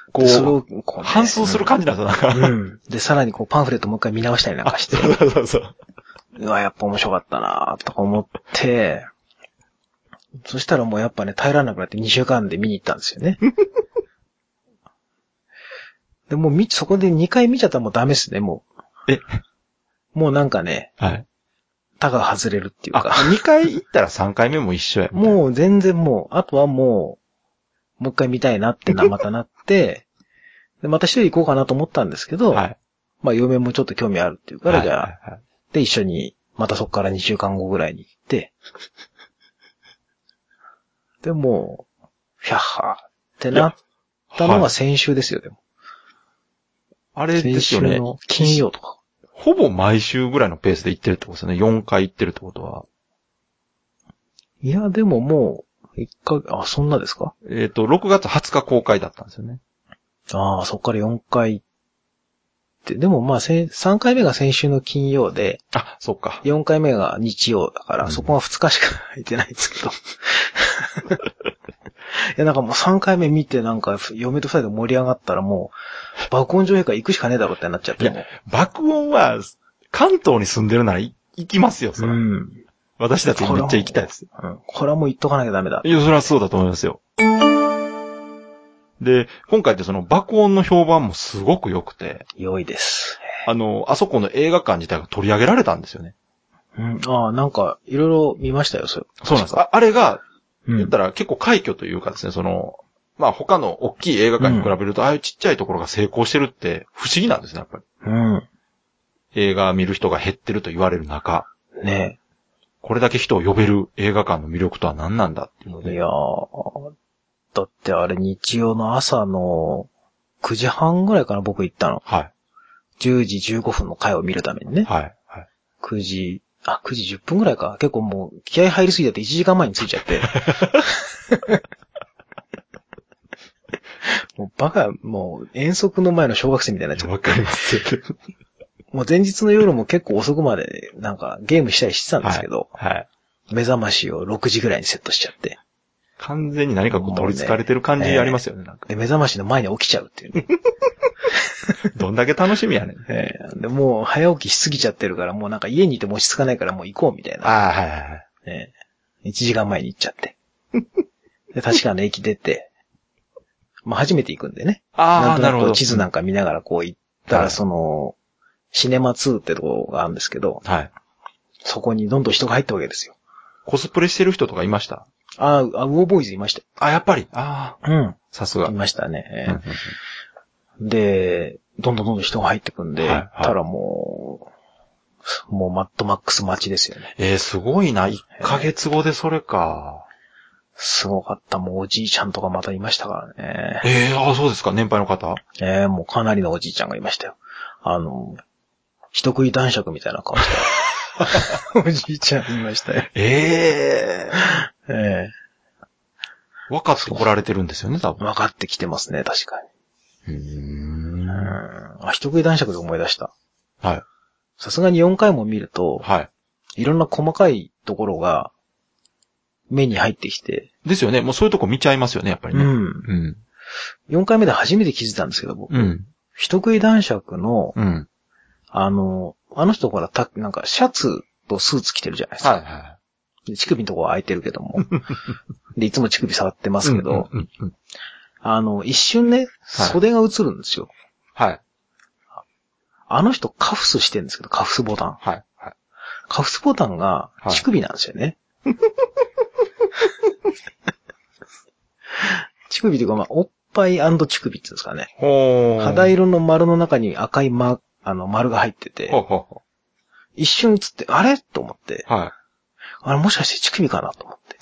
Speaker 1: う。
Speaker 2: こ
Speaker 1: でそれを
Speaker 2: う、
Speaker 1: こうね
Speaker 2: 反送する感じなんですよ、なん
Speaker 1: う
Speaker 2: か。
Speaker 1: ん。で、さらにこうパンフレットもう一回見直したりなんかして。
Speaker 2: そうそうそう。
Speaker 1: うわ、やっぱ面白かったなとか思って、そしたらもうやっぱね、耐えられなくなって2週間で見に行ったんですよね。で、もうみ、そこで2回見ちゃったらもうダメですね、もう。
Speaker 2: え
Speaker 1: もうなんかね、
Speaker 2: はい。
Speaker 1: 他が外れるっていう
Speaker 2: あ、
Speaker 1: か、
Speaker 2: 2回行ったら3回目も一緒や。う。
Speaker 1: もう全然もう、あとはもう、もう一回見たいなってな、またな って、で、また一人行こうかなと思ったんですけど、
Speaker 2: はい。
Speaker 1: まあ嫁もちょっと興味あるっていうから、じゃあ、
Speaker 2: はいはいはい
Speaker 1: で、一緒に、またそこから2週間後ぐらいに行って、 で、もう、ひゃっはーってなったの
Speaker 2: は
Speaker 1: が
Speaker 2: い
Speaker 1: 先週ですよ、でも。
Speaker 2: あれで
Speaker 1: 先
Speaker 2: すよ
Speaker 1: 週
Speaker 2: ね。
Speaker 1: の金曜とか。
Speaker 2: ほぼ毎週ぐらいのペースで行ってるってことですよね。4回行ってるってことは。
Speaker 1: いや、でももう、一回、あ、そんなですか
Speaker 2: えっと、6月20日公開だったんですよね。
Speaker 1: ああ、そこから4回って、でもまあ、せん3回目が先週の金曜で、
Speaker 2: あ、そっか。
Speaker 1: 4回目が日曜だか
Speaker 2: う
Speaker 1: ら、
Speaker 2: ん
Speaker 1: そこは2日しか空いてないんですけど。や、なんかもう3回目見て、なんか、嫁と二人で盛り上がったらもう、爆音上映会行くしかねえだろってなっちゃって。
Speaker 2: いや爆音は、関東に住んでるならい行きますよ、そら。
Speaker 1: うん。
Speaker 2: 私だってめっちゃ行きたいです。
Speaker 1: うんこれはもう言っとかなきゃダメだ。
Speaker 2: いや、それはそうだと思いますよ。で、今回ってその爆音の評判もすごく良くて、
Speaker 1: 良いです。
Speaker 2: あの、あそこの映画館自体が取り上げられたんですよね。
Speaker 1: うん。ああ、なんか、いろいろ見ましたよ、それ。
Speaker 2: そうなんです。ああれが、
Speaker 1: う
Speaker 2: 言ったら結構快挙というかですね、その、まあ他の大きい映画館に比べると、ああいうちっちゃいところが成功してるって不思議なんですね、やっぱり。
Speaker 1: うん。
Speaker 2: 映画見る人が減ってると言われる中、
Speaker 1: ね
Speaker 2: これだけ人を呼べる映画館の魅力とは何なんだっていうの
Speaker 1: え。い
Speaker 2: で。
Speaker 1: やーだってあれ日曜の朝の9時半ぐらいかな、僕行ったの。
Speaker 2: は
Speaker 1: 10時15分の回を見るためにね
Speaker 2: い。。はい。はい。
Speaker 1: 9時、あ、9時10分ぐらいか。結構もう気合入りすぎちゃって1時間前に着いちゃ って。もうバカ、もう遠足の前の小学生みたいになっちゃっ
Speaker 2: わかります。
Speaker 1: て。もう前日の夜も結構遅くまでなんかゲームしたりしてたんですけど、
Speaker 2: はい。
Speaker 1: 目覚ましを6時ぐらいにセットしちゃって。
Speaker 2: 完全に何かこう取り憑かれてる感じありますよね、なんか。
Speaker 1: で、目覚ましの前に起きちゃうっていうね。
Speaker 2: どんだけ楽しみやねん。
Speaker 1: ええで、もう早起きしすぎちゃってるから、もうなんか家にいても落ち着かないからもう行こうみたいな。
Speaker 2: ああ、はいはいはい。
Speaker 1: ね、1時間前に行っちゃって。で、確かね、駅出て、まあ、初めて行くんでね。
Speaker 2: あ
Speaker 1: な
Speaker 2: あ、
Speaker 1: んと
Speaker 2: な
Speaker 1: な
Speaker 2: る
Speaker 1: く
Speaker 2: ほ
Speaker 1: こ
Speaker 2: ど。
Speaker 1: う地図なんか見ながらこう行った
Speaker 2: は
Speaker 1: ら、
Speaker 2: い
Speaker 1: その、シネマ2ってとこがあるんですけど、
Speaker 2: はい。
Speaker 1: そこにどんどん人が入ったわけですよ。
Speaker 2: コスプレしてる人とかいました
Speaker 1: ああ、ウオーボーイズいまし
Speaker 2: あ、やっぱり。あ
Speaker 1: たよ。
Speaker 2: あ、さす
Speaker 1: う
Speaker 2: が。
Speaker 1: ん。いましたね。ええ
Speaker 2: うんうんうん
Speaker 1: で、どんどんどんどん人が入ってくんで、
Speaker 2: はいはい
Speaker 1: たらもう、もうマッドマックス待ちですよね。
Speaker 2: えー、すごいな。1ヶ月後でそれか。
Speaker 1: すごかった。もうおじいちゃんとかまたいましたからね。
Speaker 2: えー、あ、そうですか。年配の方。
Speaker 1: ええもうかなりのおじいちゃんがいましたよ。あの、人食い男爵みたいな顔 した。おじいちゃんいましたよ。
Speaker 2: ええ
Speaker 1: え
Speaker 2: 分かってこられてるんですよね、多
Speaker 1: え
Speaker 2: 分。
Speaker 1: 分かってきてますね、確かに。
Speaker 2: うー
Speaker 1: う
Speaker 2: んは
Speaker 1: ん。あ、人食い男爵で思い出した。
Speaker 2: い。
Speaker 1: さすがに4回も見ると、
Speaker 2: はい
Speaker 1: ろんな細かいところが、目に入ってきて、
Speaker 2: い。ですよね。もうそういうとこ見ちゃいますよね、やっぱり
Speaker 1: う
Speaker 2: ね。
Speaker 1: ん。
Speaker 2: うん。
Speaker 1: 4回目で初めて気づいたんですけど、僕。
Speaker 2: うん。
Speaker 1: 人食い男爵の、
Speaker 2: うん。
Speaker 1: あの、あの人ほら、た、なんか、シャツとスーツ着てるじゃないですか。
Speaker 2: はいは
Speaker 1: で乳首のとこは開いてるけど も。で、いつも乳首触ってま
Speaker 2: い。
Speaker 1: すけど、
Speaker 2: うんうんうんうん
Speaker 1: あの、一瞬ね、袖が映るんですよ。
Speaker 2: はい。
Speaker 1: あの人カフスしてるんですけど、カフスボタン。
Speaker 2: はい。はい。
Speaker 1: カフスボタンが
Speaker 2: はい
Speaker 1: 乳首なんですよ ね。乳首というか、まあ、おっぱい乳首っていうんですかね。
Speaker 2: ほー。
Speaker 1: 肌色の丸の中に赤いま、あの、丸が入って
Speaker 2: ほう
Speaker 1: て、
Speaker 2: ほうほ
Speaker 1: 一瞬映って、あれと思って、
Speaker 2: う。はい。
Speaker 1: あれもしかして乳首かなと思って。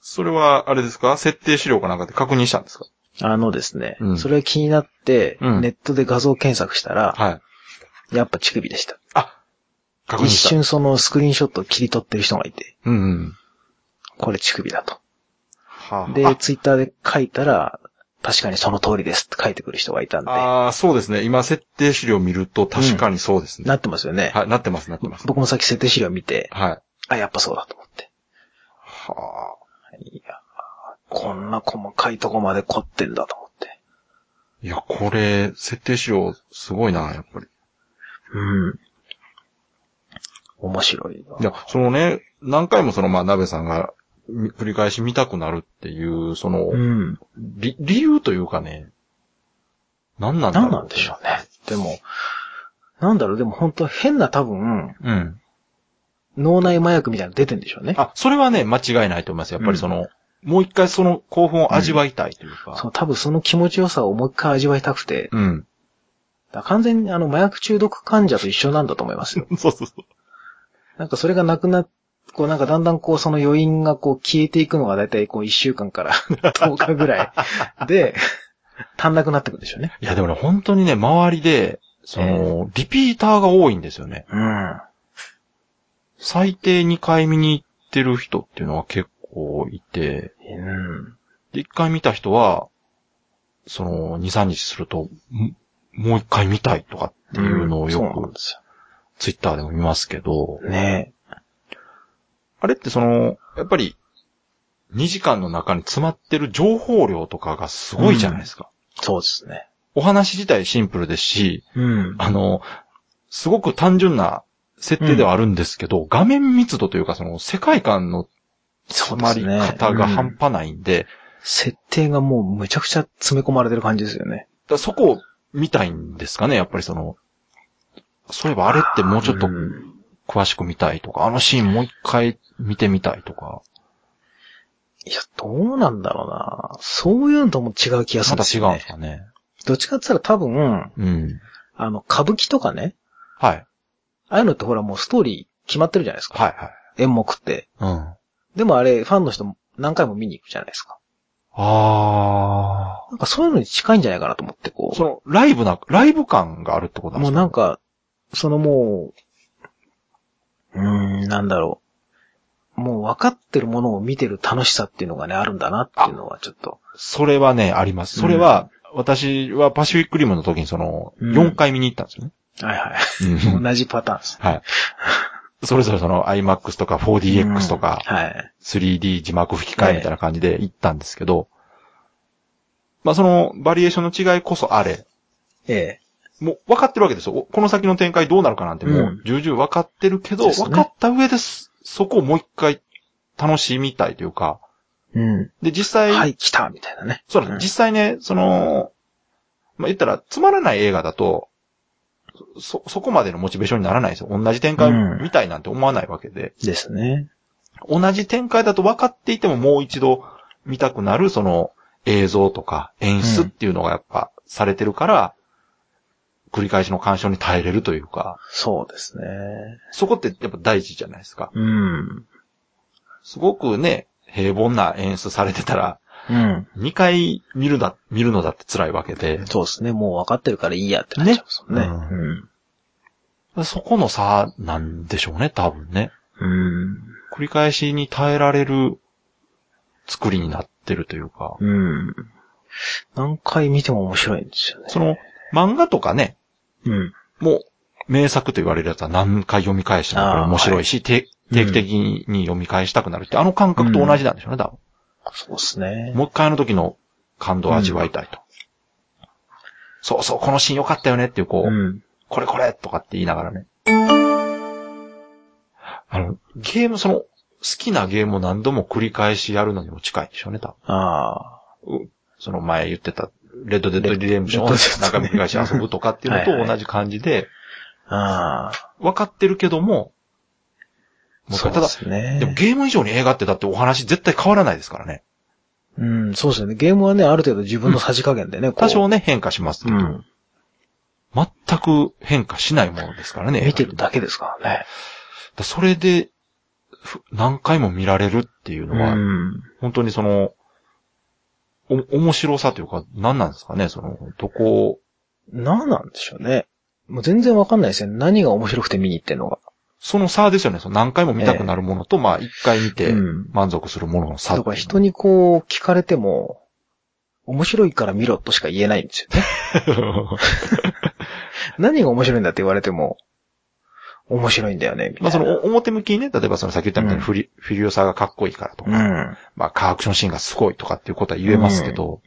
Speaker 2: それは、あれですか設定資料かなんかで確認したんですか
Speaker 1: あのですね、
Speaker 2: うん
Speaker 1: それが気になって、
Speaker 2: うん
Speaker 1: ネットで画像検索したら、
Speaker 2: はい。
Speaker 1: やっぱ乳首でした。
Speaker 2: あ、確認
Speaker 1: 一
Speaker 2: した。
Speaker 1: 瞬そのスクリーンショットを切り取ってる人がいて、
Speaker 2: うんうん。
Speaker 1: これ乳首だと。
Speaker 2: はあ
Speaker 1: で、ツイッターで書いたら、確かにその通りですって書いてくる人がいたんで、
Speaker 2: ああ、そうですね。今、設定資料を見ると確かにそうですね。
Speaker 1: なってますよね。
Speaker 2: はい、なってます、なってます。
Speaker 1: 僕もさっき設定資料見て、
Speaker 2: はい。
Speaker 1: あ、やっぱそうだと思って。
Speaker 2: はあ。
Speaker 1: いやーこんな細かいとこまで凝ってんだと思って。
Speaker 2: いや、これ、設定資料、すごいな、やっぱり。。
Speaker 1: うん。面白いない
Speaker 2: や、そのね、何回もその、まあ、鍋さんが、み繰り返し見たくなるっていう、その、
Speaker 1: うん。
Speaker 2: 理、理由というかね、何なんだろ
Speaker 1: 何
Speaker 2: う。
Speaker 1: なんでしょうね。でも、なんだろう、でも本当変な多分、
Speaker 2: うん。
Speaker 1: 脳内麻薬みたいなの出てんでしょうね。
Speaker 2: あ、それはね、間違いないと思います。やっぱりその、もう一回その興奮を味わいたいという
Speaker 1: そ
Speaker 2: か。
Speaker 1: う、多分その気持ちよさをもう一回味わいたくて、
Speaker 2: うん。
Speaker 1: だから完全にあの麻薬中毒患者と一緒なんだと思います よ。
Speaker 2: そうそうそう。
Speaker 1: なんかそれがなくなっこうなんかだんだんこうその余韻がこう消えていくのがだいたいこう1週間から 10日ぐらいで、足んなくなってくるんでしょうね。
Speaker 2: いや、でもね、本当にね、周りで、その、リピーターが多いんですよね。
Speaker 1: うん。
Speaker 2: 最低2回見に行ってる人っていうのは結構いて、
Speaker 1: うん。
Speaker 2: で、1回見た人は、その、2、3日すると、んもう1回見たいとかっていうのをよ
Speaker 1: そうなん
Speaker 2: く、
Speaker 1: です
Speaker 2: ツイッターでも見ますけど、
Speaker 1: よ。ね
Speaker 2: あれってその、やっぱり、 2時間の中に詰まってる情報量とかがすごいじゃないですか。
Speaker 1: そうですね。
Speaker 2: お話自体シンプルですし、
Speaker 1: うん。
Speaker 2: あの、すごく単純な設定ではあるんですけど、画面密度というかその世界観の
Speaker 1: そ
Speaker 2: 詰
Speaker 1: うで
Speaker 2: ますり
Speaker 1: ね。
Speaker 2: 方が
Speaker 1: うん
Speaker 2: 半端ないんで、
Speaker 1: 設定がもうむちゃくちゃ詰め込まれてる感じですよね。
Speaker 2: だからそこを見たいんですかね、やっぱりその、そういえばあれってもうちょっと
Speaker 1: ん
Speaker 2: 詳しく見たいとか、あのシーンもう一回見てみたいとか、
Speaker 1: いや、どうなんだろうな。そういうのとも違う気がす
Speaker 2: ま
Speaker 1: るんで
Speaker 2: た
Speaker 1: す
Speaker 2: 違
Speaker 1: よ
Speaker 2: うん
Speaker 1: ね
Speaker 2: で。すかね。
Speaker 1: どっちかって言ったら多分、
Speaker 2: うん。
Speaker 1: あの、歌舞伎とかね、
Speaker 2: はい。
Speaker 1: ああいうのってほらもうストーリー決まってるじゃないですか。
Speaker 2: はい
Speaker 1: 演目って。
Speaker 2: はい。うん。あ
Speaker 1: でもあれ、ファンの人も何回も見に行くじゃないですか。
Speaker 2: あ
Speaker 1: なんかそういうのに近いんじゃないかなと思って、こ
Speaker 2: ー。
Speaker 1: う。
Speaker 2: その、ライブな、ライブ感があるってことなん
Speaker 1: も
Speaker 2: で
Speaker 1: う
Speaker 2: すか
Speaker 1: なんか、そのもう、うーん、なんだろう。もう分かってるものを見てる楽しさっていうのがね、あるんだなっていうのはちょっと。
Speaker 2: それはね、あります。それは、私はパシフィックリムの時にその、
Speaker 1: うん
Speaker 2: 4回見に行ったんですよね。
Speaker 1: はいはい。
Speaker 2: うん
Speaker 1: 同じパターンです。
Speaker 2: はい。それぞれその IMAX とか 4DX とか、
Speaker 1: はい。
Speaker 2: 3D 字幕吹き替えみたいな感じで行ったんですけど、まあそのバリエーションの違いこそあれ、
Speaker 1: ええ。
Speaker 2: もう分かってるわけですよ。おこの先の展開どうなるかなんても
Speaker 1: うん
Speaker 2: う重々分かってるけど、
Speaker 1: ですね
Speaker 2: 分かった上です。そこをもう一回楽しみたいというか、
Speaker 1: うん。
Speaker 2: で実際、
Speaker 1: はい、来たみたいなね。
Speaker 2: そうなんです。実際ね、その、まあ言ったらつまらない映画だと、そ、そこまでのモチベーションにならないですよ。同じ展開
Speaker 1: うん
Speaker 2: みたいなんて思わないわけで。
Speaker 1: ですね。
Speaker 2: 同じ展開だと分かっていてももう一度見たくなるその映像とか演出っていうのがやっぱされてるから、繰り返しの干渉に耐えれるというか、
Speaker 1: そうですね。
Speaker 2: そこってやっぱ大事じゃないですか。
Speaker 1: うん。
Speaker 2: すごくね、平凡な演出されてたら、
Speaker 1: うん。
Speaker 2: 2回見るだ、見るのだって辛いわけで、
Speaker 1: そうですね。もう分かってるからいいやってなっちゃいますもんね。
Speaker 2: ねそこの差なんでしょうね、多分ね。
Speaker 1: うん。
Speaker 2: 繰り返しに耐えられる作りになってるというか、
Speaker 1: うん。うん。何回見ても面白いんですよね。
Speaker 2: その漫画とかね、
Speaker 1: うん。
Speaker 2: もう、名作と言われるやつは何回読み返してもこれ面白いし、定定期的に読み返したくなるって、あの感覚と同じなんでしょうね、多
Speaker 1: そうですね
Speaker 2: 分。。もう一回あの時の感動を味わいたいと。そうそう、このシーン良かったよねっていう、こう、
Speaker 1: うん。
Speaker 2: これこれとかって言いながらね。あの、ゲーム、その、好きなゲームを何度も繰り返しやるのにも近いんでしょうね、多分。
Speaker 1: ああ。
Speaker 2: その前言ってた、レッドデッドリデンプションを
Speaker 1: レッドデッド
Speaker 2: 何回も繰り返し遊ぶとかっていうの
Speaker 1: はいは
Speaker 2: と
Speaker 1: い
Speaker 2: 同じ感じで、
Speaker 1: ああ。
Speaker 2: 分かってるけども、もう一
Speaker 1: そ
Speaker 2: 回
Speaker 1: う
Speaker 2: た
Speaker 1: で
Speaker 2: だ、
Speaker 1: すね。
Speaker 2: でもゲーム以上に映画ってだってお話絶対変わらないですからね。
Speaker 1: うん、そうですよね。ゲームはね、ある程度自分のさじ加減でね、こう
Speaker 2: 多少ね、変化しますけ
Speaker 1: う
Speaker 2: ど、
Speaker 1: ん。
Speaker 2: 全く変化しないものですからね。
Speaker 1: 見てる
Speaker 2: だ。
Speaker 1: だけですからね。
Speaker 2: それで、ふ何回も見られるっていうのは、
Speaker 1: ん。
Speaker 2: 本当にその、お、面白さというか、何なんですかね、その、どこを、
Speaker 1: なんなんでしょうね。もう全然わかんないですよね。何が面白くて見に行ってんのが。
Speaker 2: その差ですよね、その何回も見たくなるものと、まあ、一回見て
Speaker 1: うん
Speaker 2: 満足するものの差
Speaker 1: だ
Speaker 2: っていう
Speaker 1: か
Speaker 2: の
Speaker 1: ら人にこう聞かれても、面白いから見ろとしか言えないんですよね。何が面白いんだって言われても、面白いんだよね、みたいな。
Speaker 2: まあそ の、お表向きにね、例えばそのさっき言ったみたいに
Speaker 1: うん
Speaker 2: フリ、フィリオサがかっこいいからとか、
Speaker 1: うん。
Speaker 2: まあカーアクションシーンがすごいとかっていうことは言えますけど、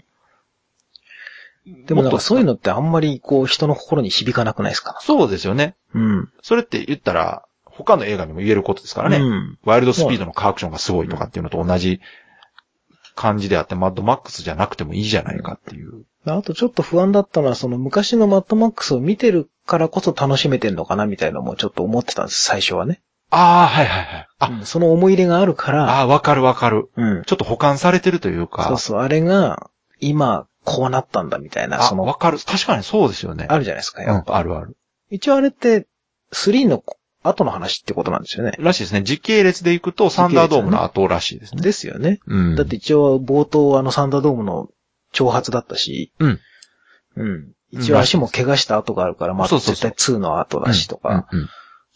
Speaker 1: でもなんか
Speaker 2: もっと
Speaker 1: そういうのってあんまりこう人の心に響かなくないですか
Speaker 2: そうですよね。
Speaker 1: うん。
Speaker 2: それって言ったら、他の映画にも言えることですからね。
Speaker 1: うん。
Speaker 2: ワイルドスピードのカーアクションがすごいとかっていうのと同じ感じであって、マッドマックスじゃなくてもいいじゃないかっていう。
Speaker 1: あとちょっと不安だったのは、その昔のマットマックスを見てるからこそ楽しめてんのかなみたいなのもちょっと思ってたんです、最初はね。
Speaker 2: ああ、はいはいはい。あ、
Speaker 1: うんその思い入れがあるから、
Speaker 2: ああ、わかるわかる。
Speaker 1: うん。
Speaker 2: ちょっと保管されてるというか、
Speaker 1: そうそう、あれが、今、こうなったんだみたいな、
Speaker 2: あ、
Speaker 1: そ
Speaker 2: わ
Speaker 1: の、
Speaker 2: かる。確かにそうですよね。
Speaker 1: あるじゃないですか、
Speaker 2: う
Speaker 1: や
Speaker 2: ん
Speaker 1: っ、ぱ。
Speaker 2: あるある。
Speaker 1: 一応あれって、3の後の話ってことなんですよね。
Speaker 2: らしいですね。時系列でいくと、サンダードームの後らしいですね。
Speaker 1: ですよね。
Speaker 2: うん。
Speaker 1: だって、一応冒頭あのサンダードームの挑発だったし、
Speaker 2: うん。
Speaker 1: うん。一応足も怪我した跡があるから、まあ
Speaker 2: そうそう
Speaker 1: 絶
Speaker 2: そ
Speaker 1: 対2
Speaker 2: う
Speaker 1: の後だしとか、
Speaker 2: うんうん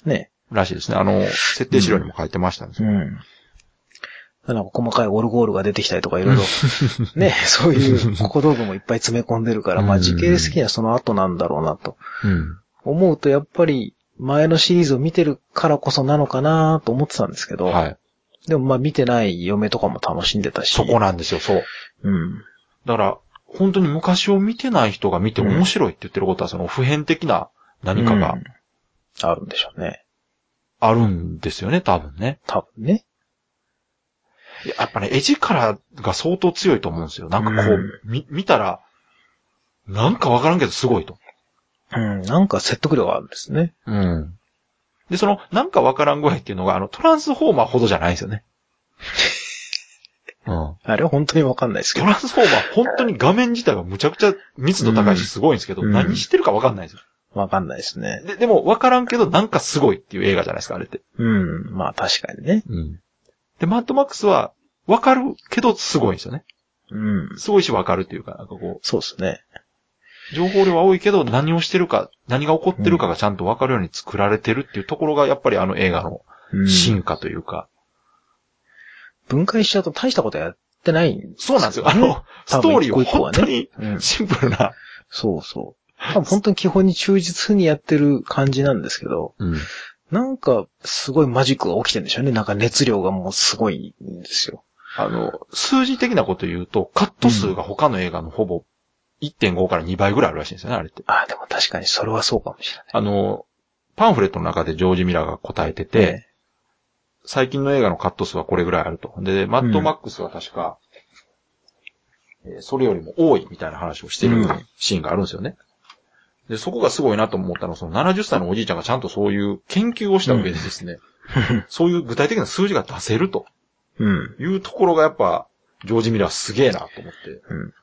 Speaker 2: うん
Speaker 1: ね。
Speaker 2: らしいですね。あの、設定資料にも書いてましたね。
Speaker 1: うん。なんか細かいオルゴールが出てきたりとかいろいろ、 ね、そういう小道具もいっぱい詰め込んでるから、まあ時系列的にはその後なんだろうなと
Speaker 2: うん。
Speaker 1: 思うと、やっぱり前のシリーズを見てるからこそなのかなと思ってたんですけど、
Speaker 2: はい。
Speaker 1: でもまあ見てない嫁とかも楽しんでたし。
Speaker 2: そこなんですよ、そう。
Speaker 1: うん。
Speaker 2: だから、本当に昔を見てない人が見て面白いって言ってることは、その普遍的な何か
Speaker 1: う
Speaker 2: が
Speaker 1: んあるんでしょうね。
Speaker 2: あるんですよね、多分ね。
Speaker 1: 多分ね。
Speaker 2: いややっぱね、絵力が相当強いと思うんですよ。なんかこう、
Speaker 1: うん
Speaker 2: み見たら、なんかわからんけどすごいと。
Speaker 1: うん。なんか説得力があるんですね。
Speaker 2: うん。で、その、なんかわからん具合っていうのが、あの、トランスフォーマーほどじゃないんですよね。うん。
Speaker 1: あれは本当にわかんないですけ
Speaker 2: ト
Speaker 1: ど。
Speaker 2: ランスフォーマー、本当に画面自体がむちゃくちゃ密度高いしすごいんですけど、
Speaker 1: うん
Speaker 2: 何してるかわかんないんですよ。
Speaker 1: わかんないですね。
Speaker 2: で、でも、わからんけど、なんかすごいっていう映画じゃないですか、あれって。
Speaker 1: うん。まあ確かにね。
Speaker 2: うん。で、マッドマックスは、わかるけど、すごいんですよね。
Speaker 1: うん。
Speaker 2: すごいし、わかるっていうか、なんかこ
Speaker 1: そうですね。
Speaker 2: う、情報量は多いけど、何をしてるか、何が起こってるかがちゃんとわかるように作られてるっていうところが、やっぱりあの映画の
Speaker 1: うん。
Speaker 2: 進化というか。
Speaker 1: 分解しちゃうと大したことやってないんですね、
Speaker 2: そうなんですよ。あの、ストーリーを本当に
Speaker 1: うん。
Speaker 2: シンプルな。
Speaker 1: そうそう。多分本当に基本に忠実にやってる感じなんですけど、
Speaker 2: うん。
Speaker 1: なんかすごいマジックが起きてるんでしょうね。なんか熱量がもうすごいんですよ。
Speaker 2: あの、数字的なこと言うと、カット数が他の映画のほぼ1.5から2倍ぐらいあるらしいんですよね、あれって。
Speaker 1: ああ、でも確かにそれはそうかもしれない。
Speaker 2: あの、パンフレットの中でジョージ・ミラーが答えてて、最近の映画のカット数はこれぐらいあると。で、マッドマックスは確か、えーそれよりも多いみたいな話をして
Speaker 1: う
Speaker 2: る
Speaker 1: ん
Speaker 2: シーンがあるんですよね。で、そこがすごいなと思ったのは、その70歳のおじいちゃんがちゃんとそういう研究をした上でですね、 そういう具体的な数字が出せると
Speaker 1: ええ。うん。
Speaker 2: いうところがやっぱ、ジョージ・ミラーすげえなと思って。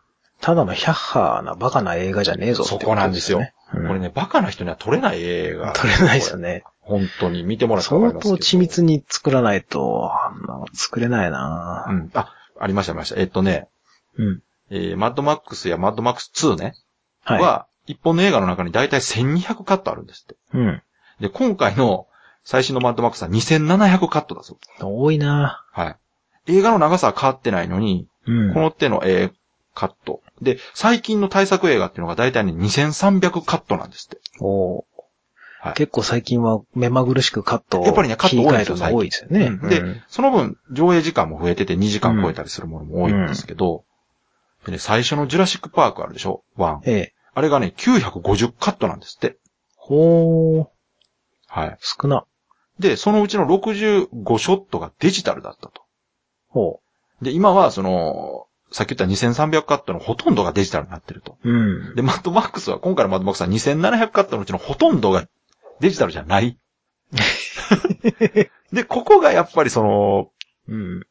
Speaker 1: ただのヒャッハーなバカな映画じゃねえぞって
Speaker 2: そ
Speaker 1: こと
Speaker 2: こなんですよ。
Speaker 1: うん
Speaker 2: これね、バカな人には撮れない映画。
Speaker 1: 取れないですよ
Speaker 2: ね。
Speaker 1: ね。
Speaker 2: 本当に見てもらったらわ
Speaker 1: 相
Speaker 2: かりますけ
Speaker 1: 当
Speaker 2: ど。
Speaker 1: 緻密に作らないと、あんなの作れないうなん
Speaker 2: あ、ありました、ありました。えっとね、
Speaker 1: うん。
Speaker 2: えーマッドマックスやマッドマックス2ね、
Speaker 1: はい。
Speaker 2: は、一本の映画の中に大体1200カットあるんですって。
Speaker 1: うん。
Speaker 2: で、今回の最新のマッドマックスは2700カットだそう。
Speaker 1: 多いな
Speaker 2: はい。映画の長さは変わってないのに、
Speaker 1: うん。
Speaker 2: この手の、えーカット。で、最近の対策映画っていうのが大体ね、2300カットなんですって。
Speaker 1: おー
Speaker 2: はい
Speaker 1: 結構最近は目まぐるしくカットを
Speaker 2: やっぱりねカット多いんですよ
Speaker 1: 切り替えるのが多いですよね。
Speaker 2: うんで、
Speaker 1: うん
Speaker 2: その分、上映時間も増えてて2時間超えたりするものも多いんですけど、でね、最初のジュラシックパークあるでしょ ?1。
Speaker 1: ええ。
Speaker 2: あれがね、950カットなんですって。
Speaker 1: ほー、
Speaker 2: はい。
Speaker 1: 少な。
Speaker 2: で、そのうちの65ショットがデジタルだったと。
Speaker 1: ほ
Speaker 2: で、今はその、さっき言った2300カットのほとんどがデジタルになってると。
Speaker 1: う。うん。
Speaker 2: で、マッドマックスは、今回のマッドマックスは2700カットのうちのほとんどがデジタルじゃ ない。で、ここがやっぱりその、
Speaker 1: うん。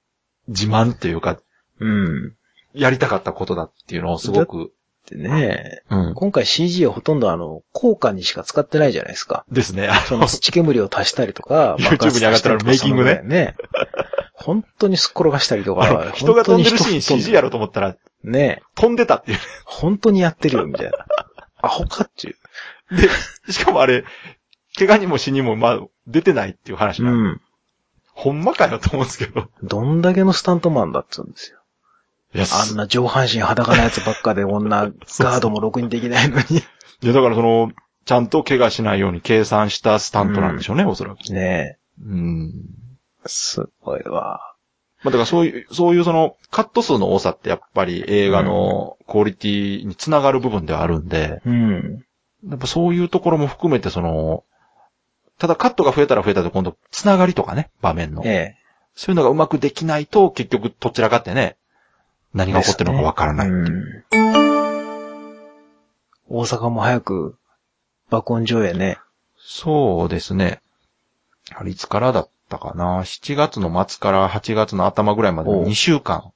Speaker 2: 自慢というか、
Speaker 1: うん。
Speaker 2: やりたかったことだっていうのをすごく、
Speaker 1: でね、
Speaker 2: うん。
Speaker 1: 今回 CG をほとんどあの、効果にしか使ってないじゃないです か。
Speaker 2: ですね。あ
Speaker 1: そ
Speaker 2: の、
Speaker 1: の、土煙を足したりとか
Speaker 2: YouTube に上がって
Speaker 1: 爆発足た
Speaker 2: る
Speaker 1: りとか
Speaker 2: メイキングね
Speaker 1: そのぐらいね。本当にすっ転がしたりと
Speaker 2: あの
Speaker 1: か、
Speaker 2: 人が飛んでるシーン
Speaker 1: 本当に
Speaker 2: CG やろうと思ったら、
Speaker 1: ね
Speaker 2: 飛んでたっていう。
Speaker 1: 本当にやってるよ、みたいな。アホかっていう。
Speaker 2: しかもあれ、怪我にも死にも、まあ、出てないっていう話なんで
Speaker 1: うん。
Speaker 2: ほんまかよと思うんですけど。
Speaker 1: どんだけのスタントマンだっつうんですよ。
Speaker 2: いや、
Speaker 1: あんな上半身裸なやつばっかで、女、ガードもろくにできないの に。
Speaker 2: いやだからその、ちゃんと怪我しないように計算したスタントなんでしょうね、おそらく。
Speaker 1: ね
Speaker 2: うん。
Speaker 1: え、すごいわ。
Speaker 2: まあ、だからそういう、そういうその、カット数の多さってやっぱり映画のクオリティにつながる部分ではあるんで、
Speaker 1: うん。
Speaker 2: やっぱそういうところも含めてその、ただカットが増えたら増えたで今度、つながりとかね、場面の。
Speaker 1: え
Speaker 2: そういうのがうまくできないと、結局、どちらかってね、何が起こってるのかわから
Speaker 1: え。
Speaker 2: ない。
Speaker 1: うん。大阪も早く、爆音上映ね。
Speaker 2: そうですね。あれ、いつからだったかな。7月の末から8月の頭ぐらいまで
Speaker 1: お
Speaker 2: の
Speaker 1: う
Speaker 2: 2週間、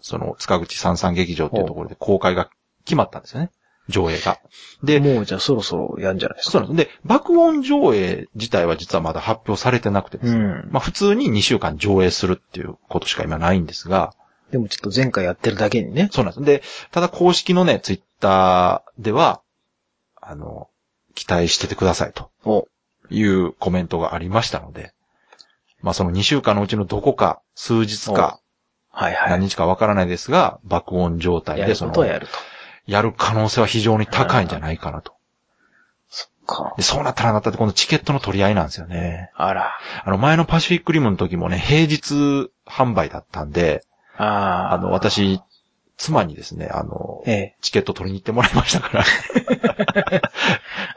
Speaker 2: その、塚口三三劇場っていうところで公開が決まったんですよね。上映が。で、
Speaker 1: もうじゃあそろそろやんじゃないです
Speaker 2: そう
Speaker 1: か。
Speaker 2: なんです。で、爆音上映自体は実はまだ発表されてなくてですね。
Speaker 1: ん。
Speaker 2: まあ普通に2週間上映するっていうことしか今ないんですが、
Speaker 1: でもちょっと前回やってるだけにね。
Speaker 2: そうなんです。で、ただ公式のね、ツイッターでは、あの、期待しててくださいと。
Speaker 1: お。
Speaker 2: いうコメントがありましたので、まあその2週間のうちのどこか、数日か、
Speaker 1: はいはい。
Speaker 2: 何日かわからないですが、爆音状態
Speaker 1: や
Speaker 2: で
Speaker 1: る
Speaker 2: そ
Speaker 1: こ
Speaker 2: の
Speaker 1: と、はやると。
Speaker 2: やる可能性は非常に高いんじゃないかなと。
Speaker 1: そっか。
Speaker 2: で、そうなったらなったって、このチケットの取り合いなんですよね。
Speaker 1: あら。
Speaker 2: あの、前のパシフィックリムの時もね、平日販売だったんで、
Speaker 1: ああ。
Speaker 2: あの、、私、妻にですね、あの、
Speaker 1: ええ。
Speaker 2: チケット取りに行ってもらいましたから、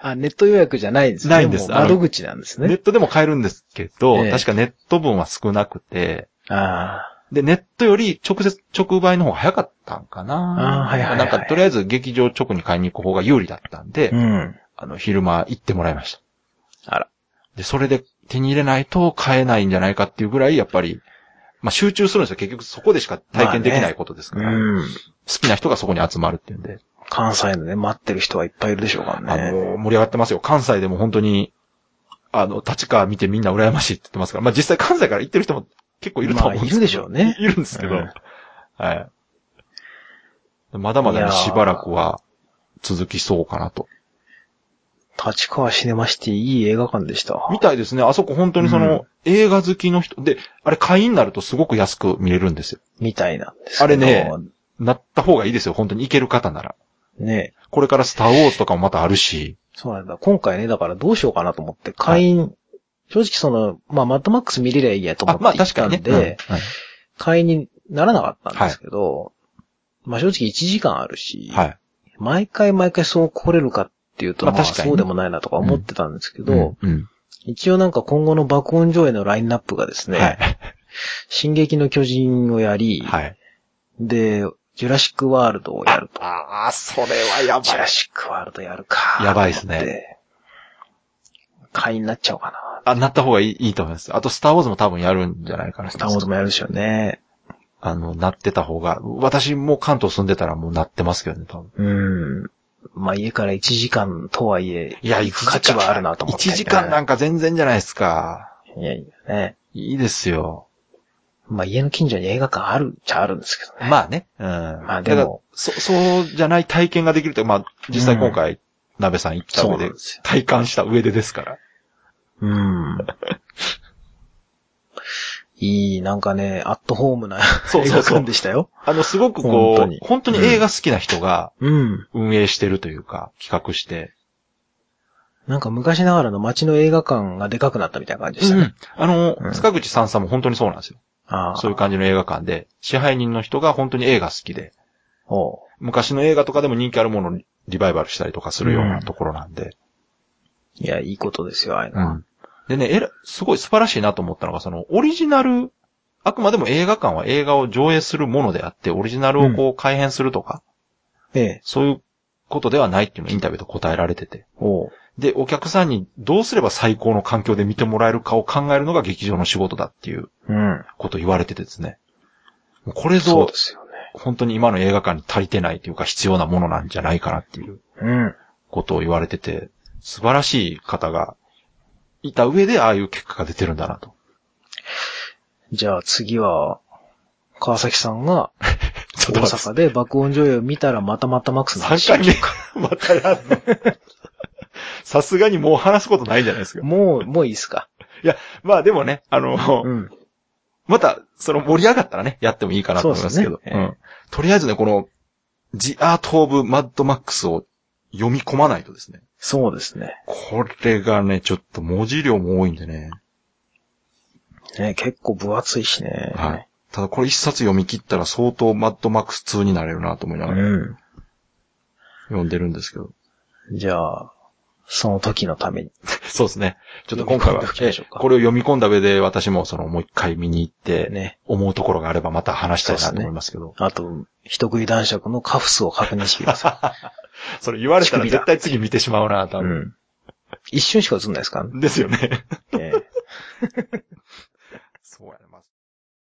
Speaker 1: あ、ネット予約じゃないんですね。
Speaker 2: ないんです
Speaker 1: もう窓口なんです
Speaker 2: ネ
Speaker 1: ね。
Speaker 2: ットでも買えるんですけど、
Speaker 1: ええ
Speaker 2: 確かネット分は少なくて、
Speaker 1: あ
Speaker 2: で、ネットより直接、直売の方が早かったんかな
Speaker 1: あーはいはいはい
Speaker 2: なんか、とりあえず劇場直に買いに行く方が有利だったんで、
Speaker 1: あ。うん。
Speaker 2: あの、昼間行ってもらいました。
Speaker 1: あら。
Speaker 2: で、それで手に入れないと買えないんじゃないかっていうぐらい、やっぱり、まあ集中するんですよ。結局そこでしか体験できないことですから。
Speaker 1: うん。
Speaker 2: 好きな人がそこに集まるっていうんで。
Speaker 1: 関西のね、待ってる人はいっぱいいるでしょうから
Speaker 2: あ
Speaker 1: ね。
Speaker 2: の、盛り上がってますよ。関西でも本当に、あの、立川見てみんな羨ましいって言ってますから。まあ実際関西から行ってる人も結構いると思うんですけど。
Speaker 1: まあいるでしょうね
Speaker 2: いるんですけど。
Speaker 1: うん
Speaker 2: はい。まだまだ
Speaker 1: いや
Speaker 2: ね、
Speaker 1: ー
Speaker 2: しばらくは続きそうかなと。
Speaker 1: 立川シネマシティいい映画館でした。
Speaker 2: みたいですね。あそこ本当にその、映画好きの人、で、あれ会員になるとすごく安く見れるんですよ。
Speaker 1: みたいなんですけど
Speaker 2: あれね。なった方がいいですよ。本当に行ける方なら。
Speaker 1: ね
Speaker 2: これからスターウォーズとかもまたあるし。
Speaker 1: そうなんだ。今回ね、だからどうしようかなと思って、会員、正直その、まあ、マッドマックス見れりゃいいやと思
Speaker 2: あ、
Speaker 1: って
Speaker 2: まあ
Speaker 1: 行っ
Speaker 2: 確か
Speaker 1: たん
Speaker 2: に
Speaker 1: で、
Speaker 2: ね。うんはい
Speaker 1: 会員にならなかったんですけど、まあ正直1時間あるし、
Speaker 2: はい。
Speaker 1: 毎回毎回そう来れるかっていうと、
Speaker 2: まあ
Speaker 1: まあ
Speaker 2: 確かにね
Speaker 1: そうでもないなとか思ってたんですけど、
Speaker 2: うんうん。
Speaker 1: 一応なんか今後の爆音上映のラインナップがですね、
Speaker 2: はい。
Speaker 1: 進撃の巨人をやり、
Speaker 2: はい。
Speaker 1: で、ジュラシックワールドをやると。
Speaker 2: ああ、それはやば
Speaker 1: ジュラ。シックワールドやるか。
Speaker 2: やばいっすね
Speaker 1: と思って。会員になっちゃおうかな。
Speaker 2: あ、なった方がいいいいと思います。あと、スターウォーズも多分やるんじゃないかな。
Speaker 1: スターウォーズもやるでしょうね。
Speaker 2: あの、なってた方が、私もう関東住んでたらもうなってますけどね、多分。
Speaker 1: うん。まあ家から1時間とはいえ、
Speaker 2: いや、
Speaker 1: 行く価値はあるなと思って、
Speaker 2: 1時間なんんか全然じゃないですか。
Speaker 1: いやいやね。
Speaker 2: いいですよ。
Speaker 1: まあ家の近所に映画館あるっちゃあるんですけどね。
Speaker 2: まあね。うん。
Speaker 1: まあでも
Speaker 2: だからそ、そうじゃない体験ができるというか、まあ、実際今回、鍋さん行った
Speaker 1: そう
Speaker 2: 上
Speaker 1: な
Speaker 2: で
Speaker 1: んで、すよ。
Speaker 2: 体感した上でですから。
Speaker 1: うん。いい、なんかね、アットホームな
Speaker 2: そう
Speaker 1: 映
Speaker 2: そう
Speaker 1: 画
Speaker 2: そう
Speaker 1: 館でしたよ。
Speaker 2: あの、すごくこう、本
Speaker 1: 本当
Speaker 2: 当に
Speaker 1: に
Speaker 2: 映画好きな人が
Speaker 1: うん。
Speaker 2: 運営してるというか、企画して。
Speaker 1: なんか昔ながらの街の映画館がでかくなったみたいな感じでしたね。
Speaker 2: あの、
Speaker 1: うん
Speaker 2: 塚口さんさんも本当にそうなんですよ。
Speaker 1: ああ。
Speaker 2: そういう感じの映画館で、支配人の人が本当に映画好きで、
Speaker 1: おう
Speaker 2: 昔の映画とかでも人気あるものをリバイバルしたりとかするよう
Speaker 1: う
Speaker 2: なんところなんで。
Speaker 1: いや、いいことですよ、ああいう
Speaker 2: う
Speaker 1: のは。
Speaker 2: ん。でね、えら、すごい素晴らしいなと思ったのが、その、オリジナル、あくまでも映画館は映画を上映するものであって、オリジナルをこう改変するとか、
Speaker 1: ええ。
Speaker 2: そういうことではないっていうのをインタビューで答えられてて。
Speaker 1: おう
Speaker 2: で、お客さんにどうすれば最高の環境で見てもらえるかを考えるのが劇場の仕事だっていう
Speaker 1: うん。
Speaker 2: ことを言われててですね。もうこれ
Speaker 1: そう
Speaker 2: ぞ
Speaker 1: で、すよね。
Speaker 2: 本当に今の映画館に足りてないというか必要なものなんじゃないかなっていう
Speaker 1: うん。
Speaker 2: ことを言われてて、素晴らしい方がいた上でああいう結果が出てるんだなと。
Speaker 1: じゃあ次は、川崎さんが
Speaker 2: ち
Speaker 1: 大阪で爆音上映を見たらまたまたマックスの話
Speaker 2: 3回目か。またやんの。 さすがにもう話すことないじゃないですか。
Speaker 1: もう、もういいっすか。
Speaker 2: まあでもね、あの、
Speaker 1: うん。
Speaker 2: また、その盛り上がったらね、やってもいいかなと思いますけど。
Speaker 1: そうですね
Speaker 2: うんとりあえずね、この、The Art of Mad Max を読み込まないとですね。
Speaker 1: そうですね。
Speaker 2: これがね、ちょっと文字量も多いんでね。
Speaker 1: ね結構分厚いしね。
Speaker 2: はい。ただこれ一冊読み切ったら相当マッドマックス2になれるなと思いながら
Speaker 1: う
Speaker 2: 読んでるんですけど。
Speaker 1: ん。じゃあ、その時のために。
Speaker 2: そうですね。ちょっと今回は、
Speaker 1: 読み込んでおき
Speaker 2: え
Speaker 1: ましょ
Speaker 2: え
Speaker 1: うか
Speaker 2: これを読み込んだ上で私もそのもう一回見に行って、
Speaker 1: ね。
Speaker 2: 思うところがあればまた話したいな
Speaker 1: そうです
Speaker 2: と
Speaker 1: ね
Speaker 2: 思いますけど。
Speaker 1: あと、人食い男爵のカフスを確認してくださ
Speaker 2: それ言われたら
Speaker 1: 乳首だ
Speaker 2: 絶対次見てしまうな、
Speaker 1: い。
Speaker 2: 多
Speaker 1: う
Speaker 2: 分。
Speaker 1: ん。一瞬しか映んないですからね。
Speaker 2: ですよね。
Speaker 1: ええ